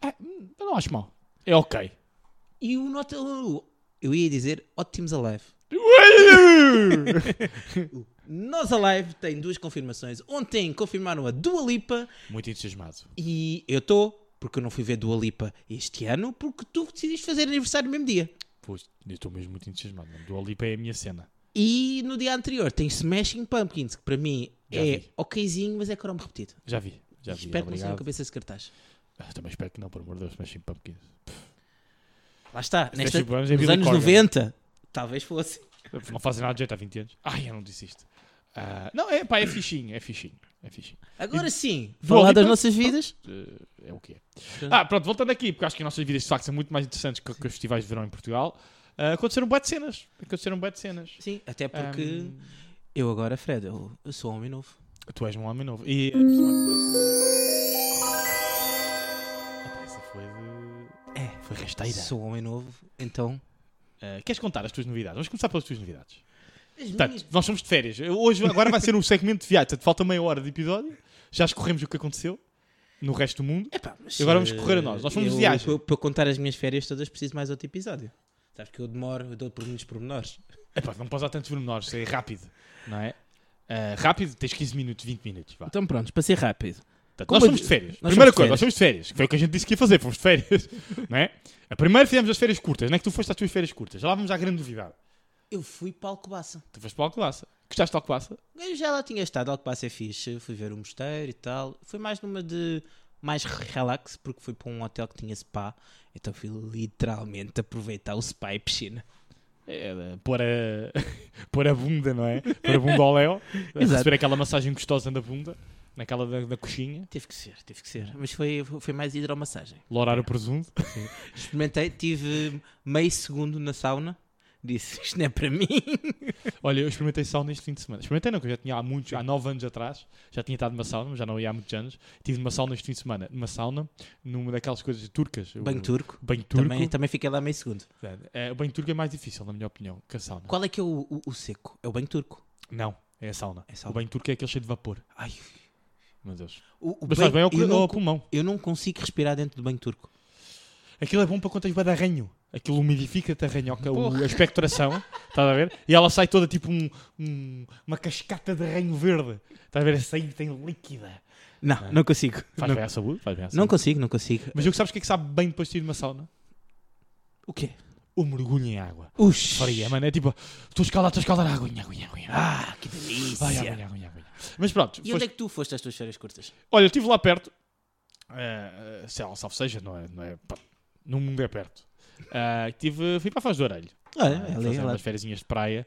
Ah, hum, eu não acho mal. É ok. E o nota. o- Eu ia dizer ótimos Alive. O Nós Alive tem duas confirmações. Ontem confirmaram a Dua Lipa Muito entusiasmado. e eu estou, porque eu não fui ver Dua Lipa este ano, porque tu decidiste fazer aniversário no mesmo dia. Pois, eu estou mesmo muito entusiasmado. mano. Dua Lipa é a minha cena. E no dia anterior tem Smashing Pumpkins, que para mim Já é vi. okzinho, mas é cromo repetido. Já vi. Já vi. Espero que não seja obrigado. na cabeça desse cartaz. Ah, Também espero que não, por amor de Deus, mas sim pumpkins. Lá está, nesta, Smashing Pumpkins é nos Billy anos Corgan. 90, talvez fosse. Não fazem nada de jeito há 20 anos. Ai, eu não disse isto. Ah, não, é pá, é fichinho, é fichinho. É fichinho. Agora sim, Dua falar Lipa? das nossas vidas. É o que é. Ah, pronto, voltando aqui, porque acho que as nossas vidas de facto são muito mais interessantes que, que os festivais de verão em Portugal. Ah, aconteceram bué de cenas. Aconteceram bué de cenas. Sim, até porque Ahm, eu agora, Fred, eu, eu sou homem novo. Tu és um homem novo. E. Epá, Essa foi de. É, foi rasteira. Sou um homem novo, então. Ah, queres contar as tuas novidades? Vamos começar pelas tuas novidades. As Portanto, nós somos de férias. Eu- Hoje, agora vai ser um segmento de viagem. Portanto, falta meia hora de episódio. Já escorremos o que aconteceu no resto do mundo. Epá, mas, E agora vamos eh, correr a nós. Nós fomos de eu- viagem. eu- Para eu contar as minhas férias todas, preciso de mais outro episódio. Sabes que eu demoro, eu dou por muitos pormenores. Epá, não posso dar tantos pormenores. É rápido, não é? Ah, rápido, tens 15 minutos, 20 minutos. Vá. Então pronto, para ser rápido. Portanto, como nós eu somos de di- férias. nós Primeira somos de coisa, nós férias. somos de férias. Que foi o que a gente disse que ia fazer. Fomos de férias, não é? A primeira fizemos as férias curtas. Não é que tu foste às tuas férias curtas. Já lá vamos à grande novidade. Eu fui para Alcobaça. Tu foste para a Alcobaça. Gostaste de Alcobaça? Eu já lá tinha estado, Alcobaça é fixe, fui ver o mosteiro e tal. Foi mais numa de mais relax, porque fui para um hotel que tinha spa. Então fui literalmente aproveitar o spa e piscina. É, eh, pôr a, pôr a bunda, não é? Pôr a bunda ao Léo, Exato. receber aquela massagem gostosa na bunda, naquela da, da coxinha, Teve que ser, teve que ser. Mas foi, foi mais hidromassagem. lourar o presunto. Experimentei, tive meio segundo na sauna. Disse, isto não é para mim. Olha, eu experimentei sauna este fim de semana. Experimentei não, que eu já tinha há muitos, há nove anos atrás, já tinha estado numa sauna, mas já não ia há muitos anos. Tive numa sauna este fim de semana, numa sauna, numa daquelas coisas turcas. o- Banho turco. Banho turco. Também, também fiquei lá meio segundo. É, o banho turco é mais difícil, na minha opinião, que a sauna. Qual é que é o, o- o seco? É o banho turco. Não, é a sauna. É sauna. O banho turco é aquele cheio de vapor. Ai, Meu Deus. o, o Mas faz bem ao, eu, ao não, con- pulmão. eu não consigo respirar dentro do banho turco. Aquilo é bom para quando tens bué de arranho. Aquilo umidifica-te a ranhoca, o- a espectração, estás a ver? E ela sai toda tipo um- um- uma cascata de arranho verde. Estás a ver? A sair tem líquida. Não, não, consigo. Ah. Faz não, bem à saúde, faz bem à saúde. não consigo, não consigo. Mas o que sabes o que é que sabe bem depois de sair de uma sauna? O quê? O mergulho em água. Ux. Faria, mano. É tipo, estou a escalar, estou a escalar água, água, água, água. Ah, que delícia. Ai, água, água, água. Mas pronto, e foste- onde é que tu foste às tuas férias curtas? Olha, eu estive lá perto. Eh, eh, sei lá, salvo seja, não é? Não é pá, no mundo é perto. Eh, tive, fui para a Foz do Orelho. Ah, eh, fazer umas fériaas de praia.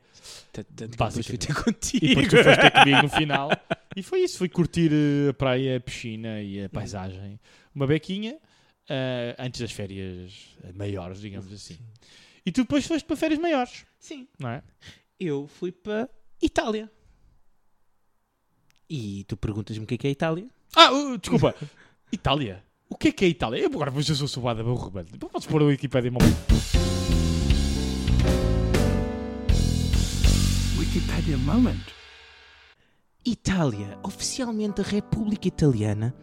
Depois fui ter contigo. E depois tu foste ter comigo no final. E foi isso, fui curtir eh, a praia, a piscina e a paisagem. Uma bequinha, eh, antes das férias eh, maiores, digamos assim. E tu depois foste para férias maiores, Sim, não é? eu fui para Itália. E tu perguntas-me o que é que é Itália? Ah, uh, desculpa. Itália. O que é que é Itália? Eu agora vou já sou subada, vou roubando. Então Podes pôr a Wikipédia, meu... Wikipedia moment. Itália, oficialmente a República Italiana,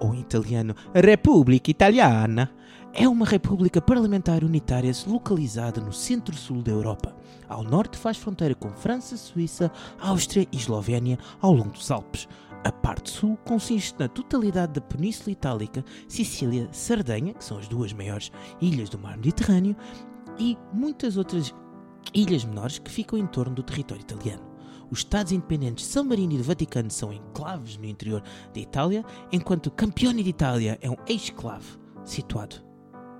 ou em italiano, República Italiana, é uma república parlamentar unitária localizada no centro-sul da Europa. Ao norte faz fronteira com França, Suíça, Áustria e Eslovénia ao longo dos Alpes. A parte sul consiste na totalidade da Península Itálica, Sicília, Sardenha, que são as duas maiores ilhas do mar Mediterrâneo, e muitas outras ilhas menores que ficam em torno do território italiano. Os Estados independentes de São Marino e do Vaticano são enclaves no interior da Itália, enquanto Campione d'Italia é um exclave situado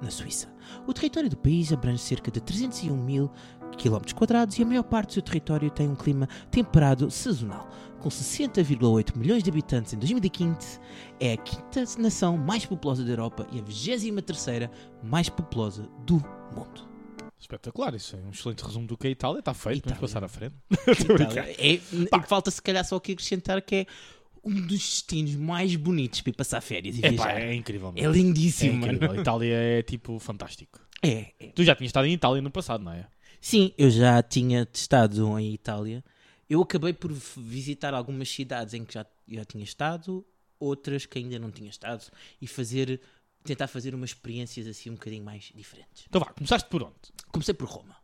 na Suíça. O território do país abrange cerca de 301 mil quilómetros quadrados e a maior parte do seu território tem um clima temperado sazonal. Com 60,8 milhões de habitantes em 2015, é a quinta nação mais populosa da Europa e a 23ª mais populosa do mundo. Espetacular, isso é um excelente resumo do que é Itália. Está feito, Itália. Então, vamos passar à frente. Itália. É, falta se calhar só aqui acrescentar que é um dos destinos mais bonitos para ir passar férias e É pá, viajar. é incrível. É mano. É lindíssimo, mano. incrível. A Itália é tipo fantástico. É, é. Tu já tinhas estado em Itália no passado, não é? Sim, eu já tinha estado em Itália. Eu acabei por f- visitar algumas cidades em que já, já tinha estado, outras que ainda não tinha estado, e fazer tentar fazer umas experiências assim um bocadinho mais diferentes. Então vá, começaste por onde? Comecei por Roma.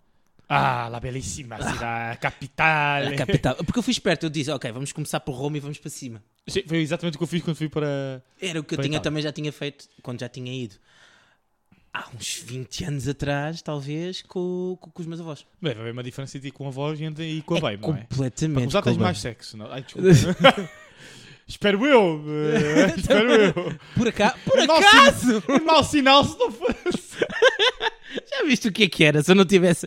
Ah, la bellissima cidade, capital. A capital. Porque eu fui esperto, eu disse, ok, vamos começar por Roma e vamos para cima. Sim, Foi exatamente o que eu fiz quando fui para. Era o que eu Para tinha, Itália. também já tinha feito quando já tinha ido. Há uns 20 anos atrás, talvez, com, com, com os meus avós. Bem, vai haver uma diferença de ir com a voz e entre- e com a baby, não é? Para completamente. começar, tens com- mais sexo. Não? Ai, desculpa. Espero eu. eh, Espero eu. Por, aca... por É mau acaso! sinal- É mau sinal se não fosse. Já viste o que é que era se eu não tivesse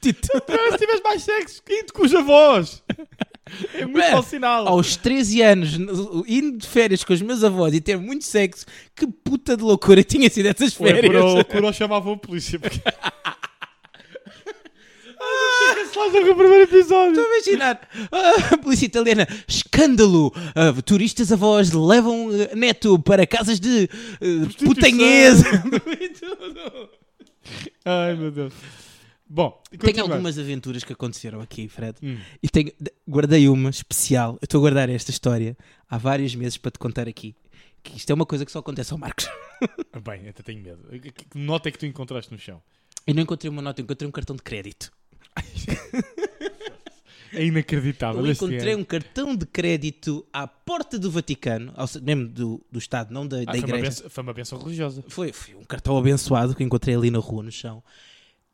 tido Se tivesse mais sexo, indo com os avós. É muito Bruh, mau sinal. aos 13 anos, indo de férias com os meus avós e ter muito sexo, que puta de loucura tinha sido essas Ou é por férias. ou- por ou chamava a polícia. Porque... Ah, cancelaste o primeiro episódio. Estou a imaginar Ah, a polícia italiana, escândalo! Ah, turistas avós levam ah, neto para casas de uh, putanhesa. Ai, meu Deus. Bom, Tenho continua. algumas aventuras que aconteceram aqui, Fred. Hum. E tenho, de- guardei uma especial. Eu estou a guardar esta história há vários meses para te contar aqui. Que isto é uma coisa que só acontece ao Marcos. Ah, Bem, até tenho medo. Que- Que nota é que tu encontraste no chão? Eu não encontrei uma nota, eu encontrei um cartão de crédito. É inacreditável. Eu este encontrei ano. Ah, um cartão de crédito à porta do Vaticano, ao se- mesmo do, do Estado, não da, da Ah, foi, uma Igreja. benção, foi uma benção religiosa. Foi, foi um cartão abençoado que encontrei ali na rua, no chão.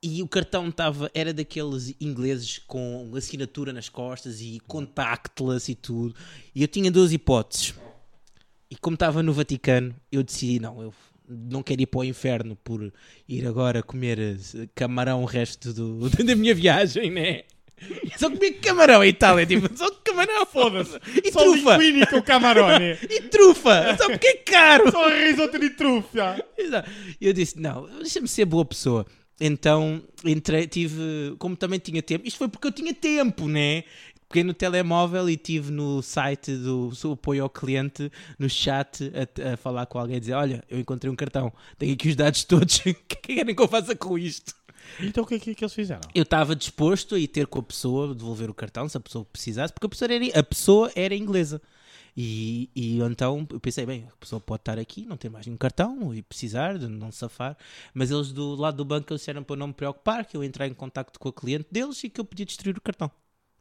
E o cartão tava, era daqueles ingleses com assinatura nas costas e contactless e tudo. E eu tinha duas hipóteses. E como estava no Vaticano, eu decidi, não, eu não quero ir para o inferno por ir agora comer eh, camarão o resto do- da minha viagem, né? Só comer camarão em Itália, tipo, só camarão, foda-se. E Só né? trufa, linguine com camarone. e trufa, só porque é caro. Só risoto de trufa. Exato. E eu disse, não, deixa-me ser boa pessoa. Então, entrei, tive, como também tinha tempo, isto foi porque eu tinha tempo, né? Peguei no telemóvel e tive no site do seu apoio ao cliente, no chat, a, a falar com alguém e dizer, olha, eu encontrei um cartão, tenho aqui os dados todos, o que é que querem que eu faça com isto? Então o que é que, que eles fizeram? Eu estava disposto a ir ter com a pessoa, devolver o cartão se a pessoa precisasse, porque a pessoa era, a pessoa era inglesa. E, e então eu pensei, bem, a pessoa pode estar aqui, não ter mais nenhum cartão e precisar de não safar. Mas eles do lado do banco disseram para eu não me preocupar, que eu entrar em contacto com a cliente deles e que eu podia destruir o cartão.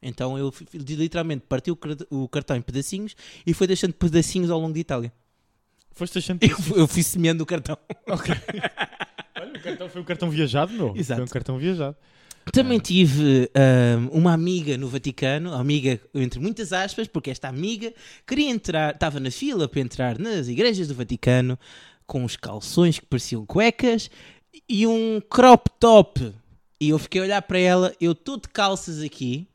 Então eu fi- fi- literalmente parti o, card- o cartão em pedacinhos e foi deixando pedacinhos ao longo de Itália. Foste achando Eu, fui- eu fui semeando o cartão. Olha, o cartão foi um cartão viajado, meu. Exato. Foi um cartão viajado. Também tive ahm, uma amiga no Vaticano, amiga entre muitas aspas, porque esta amiga queria entrar, estava na fila para entrar nas igrejas do Vaticano com os calções que pareciam cuecas e um crop top. E eu fiquei a olhar para ela, eu estou de calças aqui,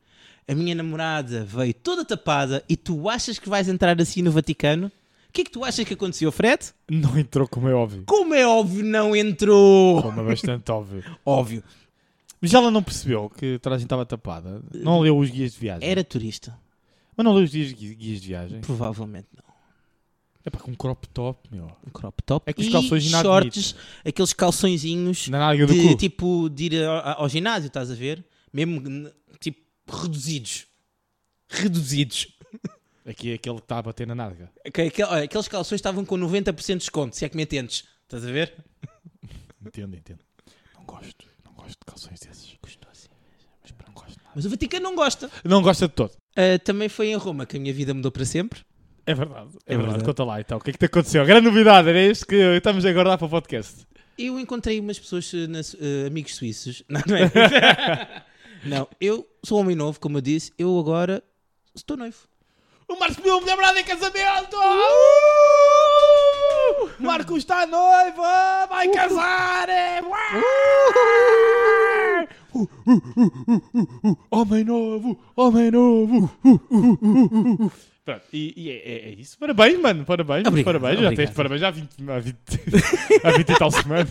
a minha namorada veio toda tapada e tu achas que vais entrar assim no Vaticano? O que é que tu achas que aconteceu, Fred? Não entrou, como é óbvio. Como é óbvio, não entrou! Como é bastante óbvio. Óbvio. Mas ela não percebeu que toda a gente estava tapada. Não leu os guias de viagem. Era turista. Mas não leu os guias, guias de viagem. Provavelmente não. É pá, com um crop top, meu. um crop top É que os e calções não shorts, aqueles calçõezinhos Na nádega do de cu. tipo de ir ao, ao ginásio, estás a ver? Mesmo n- tipo reduzidos. Reduzidos. tipo- Aqui é aquele que está a bater na nádega. Ok, aquel- olha, Aqueles calções estavam com 90% de desconto, se é que me entendes. Estás a ver? Entendo, entendo. Não gosto. Não gosto de calções desses. Gostou assim. Mas pá, não gosto nada. Mas o Vaticano não gosta. Não gosta de todo. Ah, também foi em Roma que a minha vida mudou para sempre. É verdade. É, É verdade. verdade. Conta lá então. O que é que te aconteceu? Grande novidade. Era isto que estamos a guardar para o podcast. Eu encontrei umas pessoas, eh, na Su- eh, amigos suíços. Não, não é? não, eu sou um homem novo, como eu disse. Eu agora estou noivo. O Marcos pediu me namorada em casamento! O Marcos está noivo! Vai casar! é! Uh, uh, uh, uh, uh, uh. Homem novo! Homem novo! Uh, uh, uh, uh, uh, uh. Pronto, e, e é, é- é isso. Parabéns, mano. Parabéns, muitos Obrigado, parabéns. Já tens obrigado. de parabéns há 20, há 20, há 20 e tal semanas.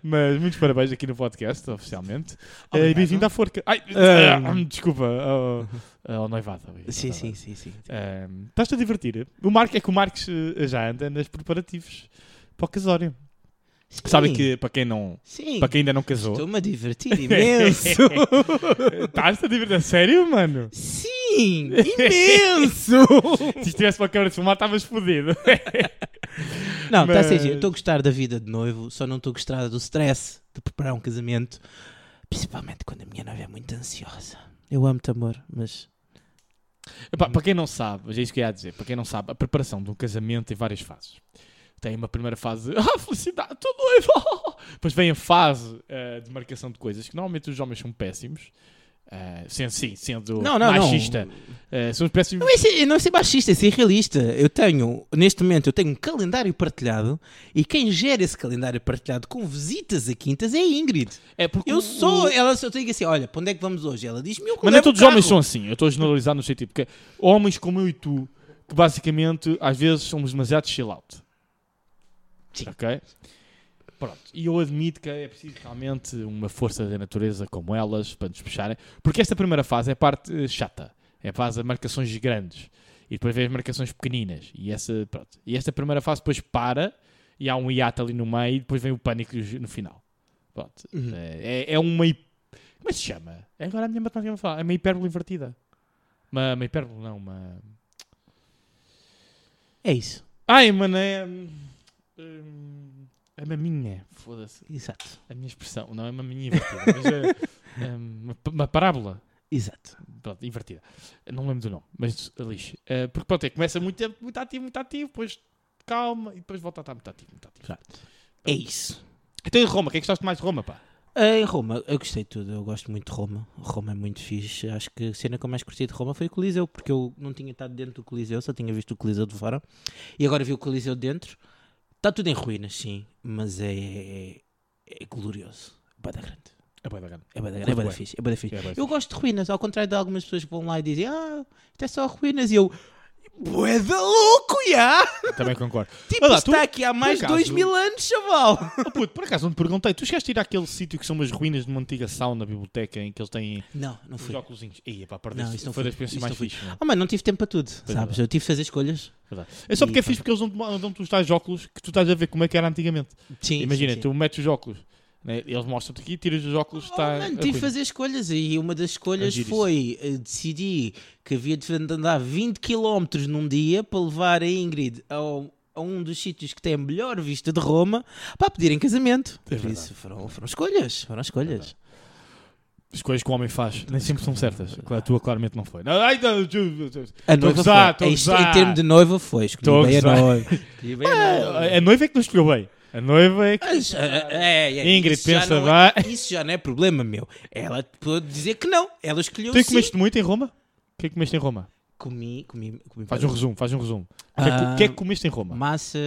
Mas muitos parabéns aqui no podcast, oficialmente. Eh, E Obrigado. bem-vindo à Forca. Ai, Ah. ah, desculpa, ao, ao noivado. Sim, Tá sim, bem. sim, sim. Ah, Estás-te a divertir? O Marco, é que o Marcos eh, já anda nos preparativos para o casório. Sim, Sabem que, para quem, não, Sim, para quem ainda não casou, É. estou-me a divertir imenso. estás-te a divertir? A Sério, mano? sim, imenso. Se tivesse uma câmera de filmar, estavas fodido. Não, está a ser Mas- giro. Eu estou a gostar da vida de noivo, só não estou a gostar do stress de preparar um casamento. Principalmente quando a minha noiva é muito ansiosa. Eu amo-te, amor, mas... Epá, para quem não sabe, mas é isso que eu ia dizer. Para quem não sabe, a preparação de um casamento tem várias fases. Tem uma primeira fase, ah, felicidade, estou noivo! Depois vem a fase ah, de marcação de coisas, que normalmente os homens são péssimos. Ah, sendo, sim, sendo Não, não, não. machista. Ah, são os péssimos. Não é ser, não é ser baixista, é ser realista. Eu tenho, neste momento, eu tenho um calendário partilhado e quem gera esse calendário partilhado com visitas a quintas é a Ingrid. É porque Eu o- sou, ela só digo assim: olha, para onde é que vamos hoje? Ela diz-me eu Mas levo nem é o todos os carro." homens são assim. Eu estou a generalizar no sentido. Porque homens como eu e tu, que basicamente às vezes somos demasiado chill out. Sim. Ok? Pronto. E eu admito que é preciso realmente uma força da natureza como elas para nos puxarem. Porque esta primeira fase é a parte eh, chata. É a fase das marcações grandes. E depois vem as marcações pequeninas. E, essa, pronto. e esta primeira fase depois para e há um hiato ali no meio e depois vem o pânico no final. Pronto. Uhum. É, é- é uma hip- como é que se chama? É Agora a minha matemática vai falar. É uma hipérbole invertida. Uma, uma hipérbole, não, uma. assim. É isso, Ai, mano, é. hum, hum, É uma minha. Foda-se. exato, A minha expressão. Não é uma minha invertida. mas é, é uma, uma parábola. exato. Pronto, invertida. Não me lembro do nome, mas lixo. Eh, porque pronto, é, começa muito, tempo, muito ativo, muito ativo, depois calma e depois volta a estar muito ativo, muito ativo. É isso. Então em Roma, o que é que gostaste mais de Roma, pá? Ah, Em Roma, eu gostei de tudo, eu gosto muito de Roma. Roma é muito fixe. Acho que a cena que eu mais curti de Roma foi o Coliseu, porque eu não tinha estado dentro do Coliseu, só tinha visto o Coliseu de fora. E agora vi o Coliseu dentro. Está tudo em ruínas, sim, mas é, é, é glorioso. Bada grande. É bué da grande. É bada grande, Curto é bada bué. fixe, é bada fixe. É bué Eu gosto de ruínas, ao contrário de algumas pessoas que vão lá e dizem Ah, isto é só ruínas. E eu, bué da louco, já! fixe. Também concordo. Tipo, Olha lá, está tu- aqui há mais de acaso- dois mil anos, chaval! Oh, puto, por acaso não te perguntei, tu chegaste a ir àquele sítio que são umas ruínas de uma antiga sauna biblioteca em que eles têm Não, não os fui. óculos. Ia, pá, perdeste. Não, isso não foi fui. das experiências Isso mais não fui. fixes. não é? Oh, mano, não tive tempo para tudo, sabes? verdade. Eu tive de fazer escolhas. Verdade. É só porque é E- fixe porque eles não dão-te os tais óculos que tu estás a ver como é que era antigamente. Sim, Imagina, sim, sim. tu metes os óculos, né? eles mostram-te aqui, tiras os óculos, Oh, está. a mano, tive de ruína. fazer escolhas e uma das escolhas giro isso. foi eh, decidi que havia de andar 20 km num dia para levar a Ingrid ao- a um dos sítios que tem a melhor vista de Roma para pedir em casamento. É Por isso foram, foram escolhas, foram escolhas. As coisas que o homem faz nem sempre são certas. A tua claramente não foi. Não, ai, não, ju- ju- A ju- É Estou a noiva gozar, foi. estou a Isto, gozar. em termos de noiva foi, escolhi Estou a bem a gozar. noiva. Escolhi bem a noiva. a noiva é que não escolheu bem. A noiva é que. Mas, ah, ah, é, é, Ingrid, isso já pensa não é- bem. Isso já não é problema meu. Ela pode dizer que não. Ela escolheu Tu é que sim. comeste muito em Roma? O que é que comeste em Roma? Comi, comi, comi Faz um resumo, faz um resumo. O que é que- Ah. o que é que comeste em Roma? massas,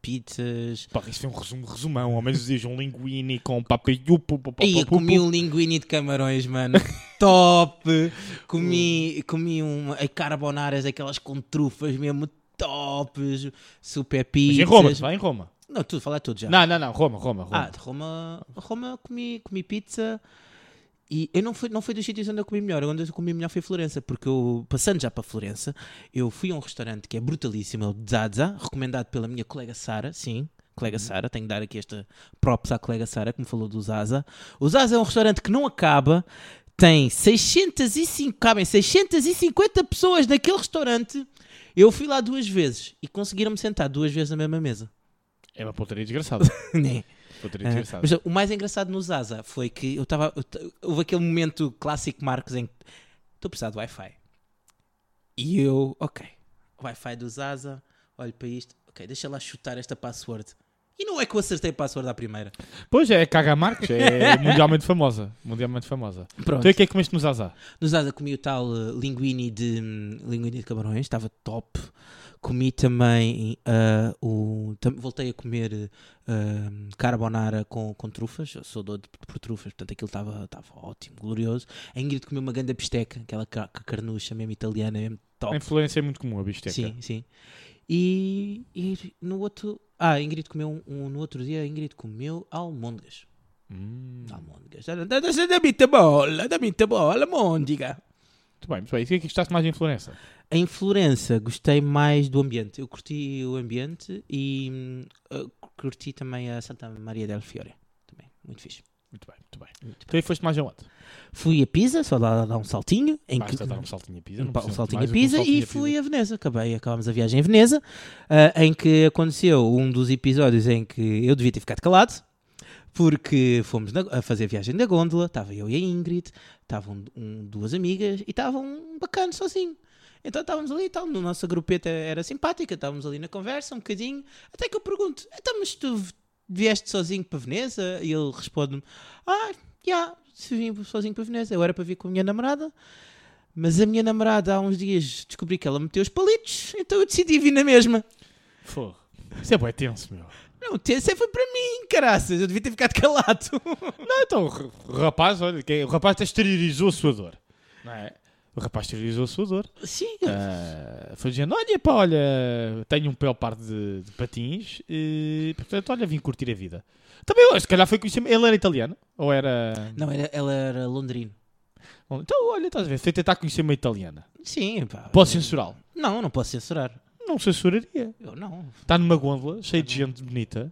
pizzas. Pá, isto foi um resumo, resumão. Ao menos diz um linguine com papayupo. Aí eu comi um linguine de camarões, mano. top! Hum. Comi, comi um, a carbonaras, aquelas com trufas mesmo tops. Super Mas pizzas. em Roma, vai em Roma. Não, tudo, falar tudo já. Não, não, não, Roma, Roma, Roma. Ah, de Roma, Roma comi, comi pizza e eu não fui, não fui dos sítios onde eu comi melhor. Onde eu comi melhor foi Florença, porque eu, passando já para Florença, eu fui a um restaurante que é brutalíssimo, é o Zaza, recomendado pela minha colega Sara, sim. Colega Sara, tenho de dar aqui esta props à colega Sara que me falou do Zaza. O Zaza é um restaurante que não acaba, tem 605, cabem 650 pessoas naquele restaurante. Eu fui lá duas vezes e conseguiram-me sentar duas vezes na mesma mesa. É uma pontaria desgraçada. Né? pontaria Ah, desgraçada. mas o mais engraçado no Zaza foi que eu estava. Houve aquele momento clássico Marcos em que estou a precisar do Wi-Fi. E eu, ok, Wi-Fi do Zaza, olho para isto, ok, deixa lá chutar esta password. E não é que eu acertei a password à primeira. Pois é, Caga Marques é mundialmente famosa. Mundialmente famosa. Pronto. Tu é que é que comeste no Zaza? No Zaza comi o tal eh, linguine de, hum, linguine de camarões, estava top. Comi também ah, o. tam- voltei a comer ah, carbonara com, com trufas. Eu sou doido por trufas, portanto aquilo estava estava ótimo, glorioso. A Ingrid comeu uma ganda bisteca, aquela ca- ca- carnucha mesmo italiana, mesmo top. A influência é muito comum, a bisteca. Sim, sim. E, e no outro. Ah, a Ingrid comeu um, um- No outro dia, a Ingrid comeu almôndegas. Hum, Almôndegas. Dá- dá- dá- Dá-me muita bola, dá-me muita bola, almôndega. Muito bem, muito bem. E o que é que gostaste mais de influência? Em Florença, gostei mais do ambiente. Eu curti o ambiente e hum, eu curti também a Santa Maria del Fiore. Também, muito fixe. Muito bem, muito bem. Então aí foste mais aonde? Fui a Pisa, só lá dar um saltinho. Em Basta que- dar um saltinho a pisa. Um não pa- um precisa de saltinho a mais do que um Pisa saltinho e a fui a Veneza. Acabei, acabámos a viagem em Veneza, ah, em que aconteceu um dos episódios em que eu devia ter ficado calado, porque fomos na- a fazer a viagem da gôndola, estava eu e a Ingrid, estavam um- duas amigas e estava um bacana sozinho. Então estávamos ali e tal, no- nossa grupeta era simpática, estávamos ali na conversa um bocadinho, até que eu pergunto, então mas tu v- vieste sozinho para Veneza? E ele responde-me, ah, já, se vim sozinho para Veneza, eu era para vir com a minha namorada, mas a minha namorada há uns dias descobri que ela meteu os palitos, então eu decidi vir na mesma. Fogo. Isso é bué tenso, meu. Não, o TC foi para mim, caraças, eu devia ter ficado calado. Ah, então, o r- o rapaz, olha, que- é- o rapaz até exteriorizou a sua dor. Não é? O rapaz exteriorizou a sua dor. Sim, Ah, foi dizendo: Olha, pá, olha, tenho um pelo par de, de patins e, portanto, olha, vim curtir a vida. Também, olha, se calhar foi conhecer. Ele era italiano? Ou era. não, era, ela era londrino. Então, olha, estás a ver? Foi tentar conhecer uma italiana. Sim, pá. Posso censurá-lo? Não, eu não posso censurar. Não censuraria. Eu não. Está numa gôndola, cheia Ah, de gente bonita,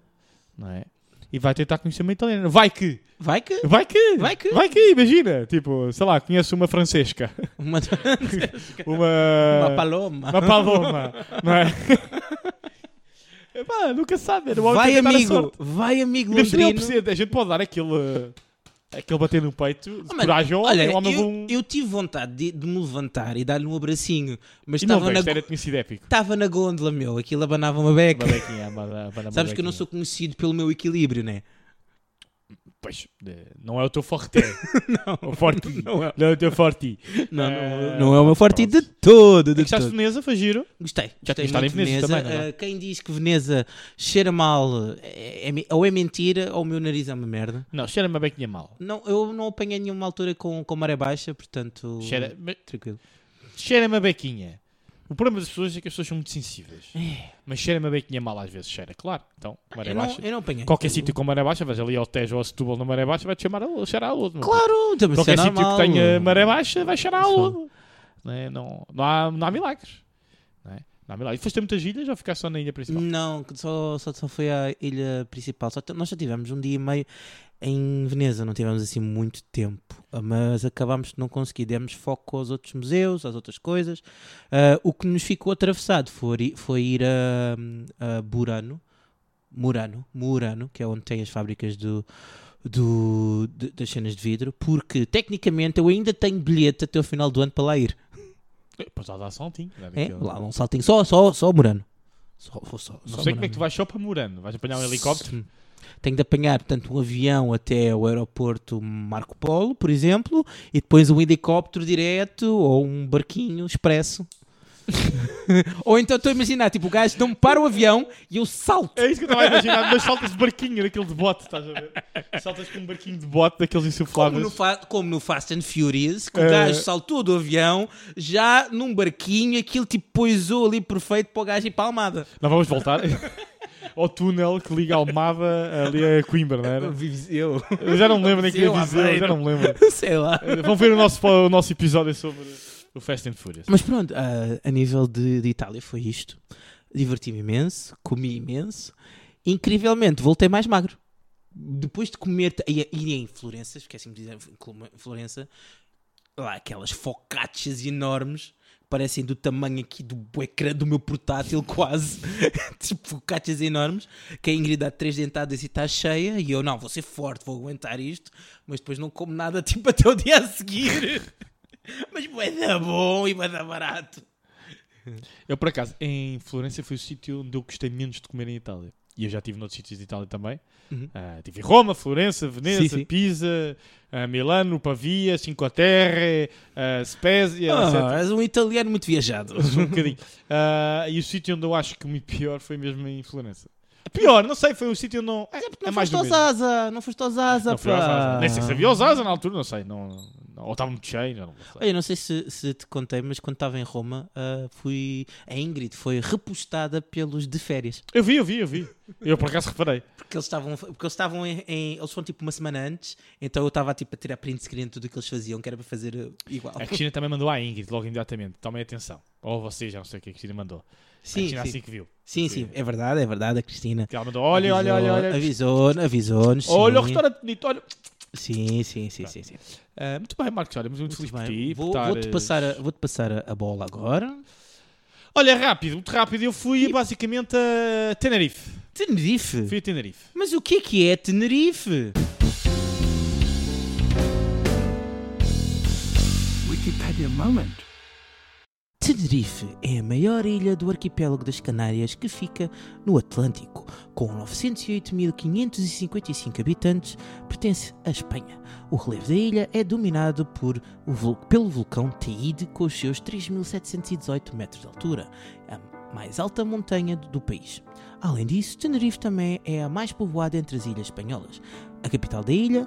não é? E vai tentar conhecer uma italiana. Vai que! Vai que. Vai que! Vai que- Vai que, imagina! Tipo, sei lá, conheço uma francesca. Uma, Uma. uma paloma. Uma paloma, não é? Epá, nunca sabe. era o homem Vai, tentar a amigo. sorte. é Vai, amigo Deve ser ele londrino. perceber, A gente pode dar aquele. Aquele bater no peito, Oh, mano, coragem ao Olha, homem, o homem é um- eu, bom. eu tive vontade de, de me levantar e dar-lhe um abracinho, mas E não estava veio, na, isto era tinha sido épico. estava na gôndola, meu. Aquilo abanava uma beca. Malaquinha, mala- mala- Sabes que eu não malaquinha. sou conhecido pelo meu equilíbrio, né? Pois, eh, não é o teu forte. não, o forte. não é. Não é o teu forte. É Não, Eh, não, não é o meu forte de todo. De Gostaste de todo. Veneza? Foi giro. Gostei. gostei Já tinha estado muito em Veneza de também, não é? Eh, quem diz que Veneza cheira mal eh, é me- ou é mentira ou o meu nariz é uma merda. Não, cheira-me a bequinha mal. Não, eu não apanhei nenhuma altura com, com maré baixa, portanto. Cheira- mas- Tranquilo. Cheira-me a bequinha. O problema das pessoas é que as pessoas são muito sensíveis. Mas cheira-me a bequinha mal às vezes. Cheira, claro. Então, maré É. eu, baixa. Não, é. eu não apanhei. Qualquer sítio com maré baixa, vais ali ao Tejo ou a Setúbal na maré baixa, vai-te chamar a luz, cheirar a luz. meu. Claro, também isso é Qualquer sítio que normal. é? tenha maré baixa, vai cheirar a Sim. luz. Não, é? não, não, há, não há milagres. Não, é? Não há milagres. E foste a muitas ilhas ou ficaste só na ilha principal? Não, que só, só, só foi à ilha principal. Só t- nós já tivemos um dia e meio em Veneza, não tivemos assim muito tempo, Ah, mas acabámos de não conseguir. Demos foco aos outros museus, às outras coisas. Ah, o que nos ficou atravessado foi, foi ir a, a Burano, Murano, Murano, que é onde tem as fábricas do. do- de- das cenas de vidro, porque tecnicamente eu ainda tenho bilhete até o final do ano para lá ir. Pois lá dá saltinho. Dá É? né? daquele- Lá, um saltinho, só, só, só Murano. Só, só, Não só sei Murano. como é que tu vais só para Murano. Vais apanhar um helicóptero? Sim. Tenho de apanhar, portanto, um avião até o aeroporto Marco Polo, por exemplo, e depois um helicóptero direto ou um barquinho expresso. ou então estou a imaginar, tipo, o gajo não me para o avião e eu salto. É isso que eu estava a imaginar, mas saltas de barquinho daquele de bote, estás a ver? Saltas com um barquinho de bote daqueles Como no, insufláveis. fa- como no Fast and Furious, que o É. gajo saltou do avião, já num barquinho, aquilo tipo poisou ali perfeito para o gajo ir para a Almada. Não vamos voltar ao túnel que liga a Almada ali a Coimbra, não era? Eu, Eu já não me lembro nem que Seu eu dizer, já Aveiro. não me lembro. sei lá. Vão ver o nosso, o nosso episódio sobre o Fast and Furious. Mas pronto, a, a nível de, de Itália foi isto. Diverti-me imenso, comi imenso. Incrivelmente, voltei mais magro. Depois de comer. E, e em Florença, esqueci-me de dizer, em Florença, lá aquelas focaccias enormes. Parecem do tamanho aqui do ecrã do meu portátil, quase. tipo, focaccias enormes. Que a Ingrid dá três dentadas e está cheia. E eu, não, vou ser forte, vou aguentar isto. Mas depois não como nada, tipo, até o dia a seguir. Mas vai dar bom e vai dar barato. Eu, por acaso, em Florença foi o sítio onde eu gostei menos de comer em Itália. E eu já estive noutros sítios de Itália também. Uhum. Ah, tive em Roma, Florença, Veneza, Sim, sim. Pisa, ah, Milano, Pavia, Cinque Terre, ah, Spezia, etc. Ah, és um italiano muito viajado. Um bocadinho. Ah, e o sítio onde eu acho que muito pior foi mesmo em Florença. Pior, não sei, foi o sítio onde não. É, Não é mais foste do ao mesmo. Zaza, não foste ao Zaza, Não fui ao pá. Zaza. Nem sei se havia o Zaza na altura, não sei. Não, não, Ou estava muito cheio, já não sei. Olha, não sei se, se te contei, mas quando estava em Roma, ah, fui. A Ingrid foi repostada pelos de férias. Eu vi, eu vi, eu vi. Eu por acaso reparei. Porque eles estavam, porque eles estavam em, em- Eles foram tipo uma semana antes, então eu estava tipo, a tirar print screen de tudo o que eles faziam, que era para fazer eh, igual. É A Cristina também mandou à Ingrid logo imediatamente. Tomem atenção. Ou vocês, já não sei o que a Cristina mandou. a Sim, Cristina sim. assim que viu. Sim, sim, é verdade, é verdade, a Cristina. Que ela mandou: olha, olha, olha, olha. Avisou, avisou-nos. Olha o sim. restaurante bonito, olha. Sim, sim, sim, sim. sim. Ah, muito bem, Marcos, olha, muito, muito Muito feliz por bem. ti. Vou- por eh, estares- Vou-te passar, a- vou-te passar a- a bola agora. Olha, rápido, muito rápido. Eu fui basicamente a Tenerife. Tenerife? Fui a Tenerife. Mas o que é que é Tenerife? Wikipedia moment. Tenerife é a maior ilha do arquipélago das Canárias que fica no Atlântico. Com 908.555 habitantes, pertence à Espanha. O relevo da ilha é dominado por o vul- pelo vulcão Teide, com os seus 3.718 metros de altura, a mais alta montanha do país. Além disso, Tenerife também é a mais povoada entre as ilhas espanholas. A capital da ilha,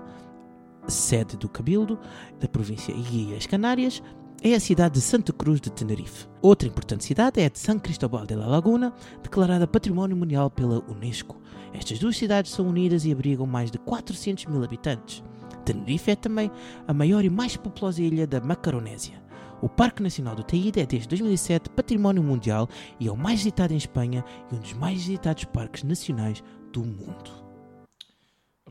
sede do Cabildo, da província e Ilhas Canárias, é a cidade de Santa Cruz de Tenerife. Outra importante cidade é a de San Cristóbal de la Laguna, declarada Património Mundial pela Unesco. Estas duas cidades são unidas e abrigam mais de 400 mil habitantes. Tenerife é também a maior e mais populosa ilha da Macaronésia. O Parque Nacional do Teide é desde 2007 Património Mundial e é o mais visitado em Espanha e um dos mais visitados parques nacionais do mundo.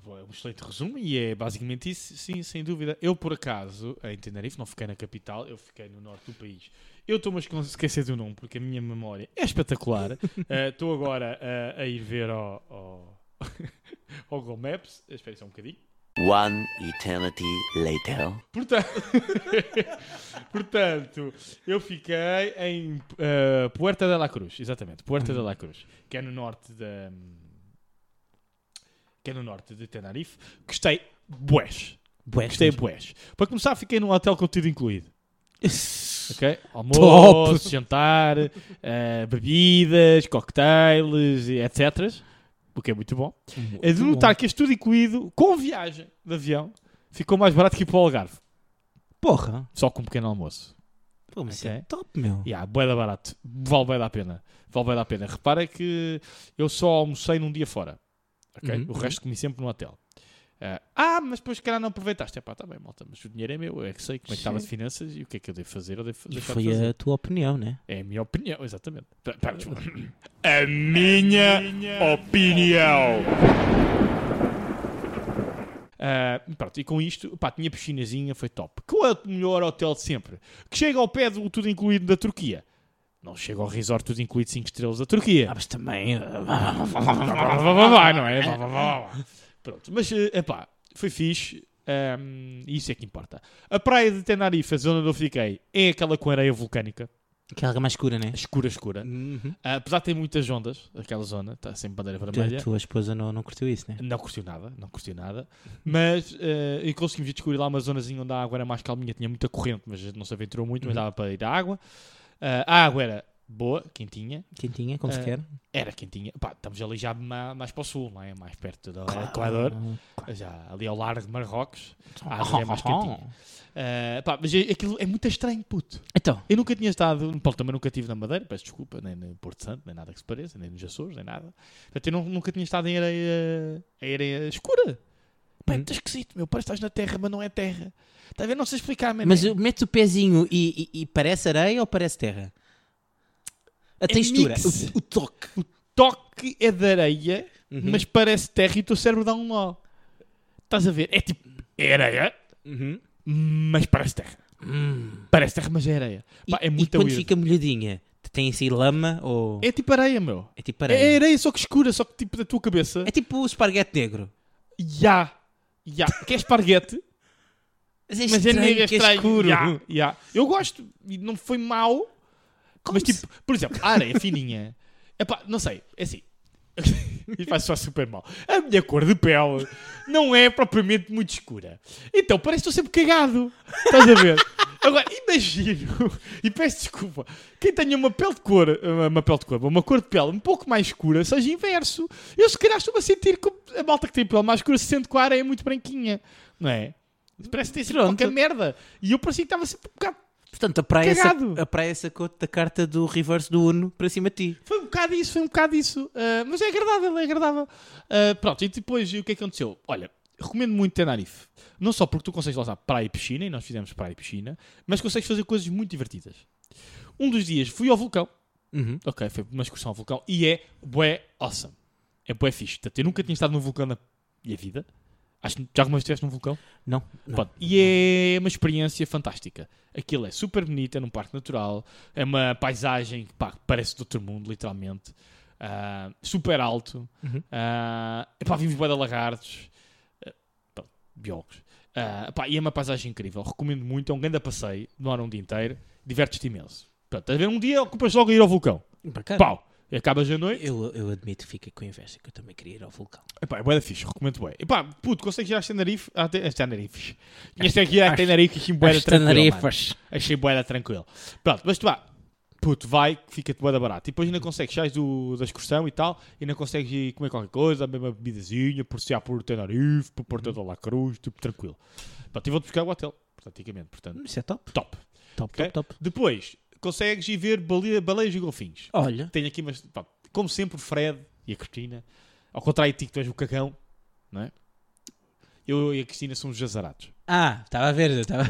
Bom, É um excelente resumo e é basicamente isso, sim, sem dúvida. Eu, por acaso, em Tenerife, não fiquei na capital, eu fiquei no norte do país. Eu estou-me a esque- esquecer do nome porque a minha memória é espetacular. Eh, Estou agora eh, a ir ver ao, ao... ao Google Maps. Espera só um bocadinho. One eternity later. Portanto, portanto, eu fiquei em eh, Puerta de la Cruz, exatamente, Puerta de la Cruz, que é no norte da que é no norte de Tenerife. Gostei bués, Bué, gostei bués. Para começar, fiquei num hotel com tudo incluído. Ok? Almoço, Top! jantar, eh, bebidas, cocktails, e etc. O que é muito bom. É de Muito notar que este tudo incluído, com viagem de avião, ficou mais barato que ir para o Algarve. bom. Porra! Só com um pequeno almoço. Pô, mas Ok. é top, meu. Yeah, bué da barato. Vale bem da pena. Vale bem da pena. Repara que eu só almocei num dia fora. ok? Uhum, O uhum. resto comi sempre no hotel. Ah, ah, mas depois se calhar não aproveitaste. Epá, está bem, malta, mas o dinheiro é meu. Eu é que sei como é que estava de Sim. finanças e o que é que eu devo fazer. Eu devo E deixar foi de fazer. a tua opinião, né? É a minha opinião, exatamente. Pera- pera, desculpa. A minha opinião. Ah, pronto, e com isto, pá, tinha piscinazinha, foi top. Qual é o melhor hotel de sempre? Que chega ao pé do tudo incluído da Turquia. Não chega ao resort tudo incluído 5 estrelas da Turquia. Ah, mas eh, também. Ah, Vá, vá, vá, vá, não é? Vá, vá, vá, vá. Pronto, mas eh, epá, foi fixe. Ahm, isso é que importa. A praia de Tenerife, a zona onde eu fiquei, é aquela com areia vulcânica, Aquela mais escura, né? escura, escura. Ah, apesar de ter muitas ondas, aquela zona, está sempre bandeira vermelha. A tua esposa não, não curtiu isso, né? Não curtiu nada, não curtiu nada. Mas eh, e conseguimos descobrir lá uma zonazinha onde a água era mais calminha, tinha muita corrente, mas a gente não se aventurou muito, Uhum. mas dava para ir à água. Ah, a água era boa, quentinha, Quentinha, como se Ah, quer. era quentinha. Pá, estamos ali já ma- mais para o sul, não é? Mais perto do Claro. Equador, Claro. já ali ao largo de Marrocos. A água é mais quentinha. Ah, pá, mas é- aquilo é muito estranho, puto. Então, Eu nunca tinha estado, Paulo, também nunca estive na Madeira, peço desculpa, nem no Porto Santo, nem nada que se pareça, nem nos Açores, nem nada. Portanto, eu nu- nunca tinha estado em areia, em areia escura. Hum. Pá, é muito esquisito, meu. Parece que estás na terra, mas não é terra. Está a ver? Não sei explicar, man. mas é, eu- metes o pezinho e, e- e parece areia ou parece terra? A textura, É mix. o, o toque. Uhum. toque é de areia, mas parece terra e o teu cérebro dá um nó. Estás a ver? É tipo, é areia, mas parece terra. Parece terra, mas é areia. E, Pá, é Hum. e muito quando weird. fica molhadinha, tem assim lama ou. É, É tipo areia, meu. tipo É areia. areia. só que escura, só que tipo da tua cabeça. É, tipo o esparguete negro. Ya! Ya! Que é esparguete. Mas é Mas é estranho negro, é que é estranho. escuro. Ya, ya. Eu gosto, e não foi mau, Como mas se- tipo, por exemplo, a areia fininha. Epá, não sei, é assim. e faz só super mal. A minha cor de pele não é propriamente muito escura. Então parece que estou sempre cagado. Estás a ver? Agora, imagino, e peço desculpa, quem tenha uma pele de cor, uma- uma pele de cor, uma cor de pele um pouco mais escura, seja inverso. Eu se calhar estou-me a sentir que a malta que tem pele mais escura se sente que a areia é muito branquinha, não é? Parece que tem sido Pronto. qualquer merda. E eu parecia que estava sempre um bocado. Portanto, a praia, é Cagado. a praia sacou-te da carta do reverse do Uno para cima de ti. Foi um bocado isso, foi um bocado isso. Ah, mas é agradável, é agradável. Ah, pronto, e depois e o que é que aconteceu? Olha, recomendo muito Tenerife. Não só porque tu consegues lá estar praia e piscina, e nós fizemos praia e piscina, mas consegues fazer coisas muito divertidas. Um dos dias fui ao vulcão. Uhum. Ok, foi uma excursão ao vulcão. E é bué awesome. É bué fixe. Portanto, eu nunca tinha estado num vulcão na minha vida. Acho que já alguma vez estiveste num vulcão? Não. não. Pronto, e é uma experiência fantástica. Aquilo é super bonito, é num parque natural, é uma paisagem que pá, parece do outro mundo, literalmente. Ah, super alto. Uhum. Ah, epá, vimos bué de lagartos, Ah, pá, biólogos. Ah, pá, e é uma paisagem incrível. Recomendo muito, é um grande passeio, demora um dia inteiro, divertes-te imenso. Pronto, estás a ver? Um dia ocupas logo a ir ao vulcão. Por acaso, Pau! Acabas a noite. Eu, eu admito que fiquei com inveja, que eu também queria ir ao vulcão. Epá, é bué da fixe, recomendo bué. Epá, puto, consegues ir às Tenerife... À te... Às Tenerife. Tinhas aqui à Tenerife, achei bué da tranquilo, mano. tarefas. Achei bué da tranquilo. Pronto, mas tu vá. Puto, vai, que fica-te bué da barato. E depois ainda consegues, sais do, da excursão e tal, ainda consegues ir comer qualquer coisa, beber uma bebidazinha, passear por Tenerife, por Porto da La Cruz, tipo, tranquilo. Pronto, e vou-te buscar o hotel, praticamente, portanto, Isso é top. top. Top, ok? top, top. Depois, consegues ir ver bale- baleias e golfinhos. Olha, Tenho aqui, mas pá, como sempre, o Fred e a Cristina, ao contrário de ti, que tu és o cagão, não é? Eu e a Cristina somos jazarados. Ah, estava a ver, eu estava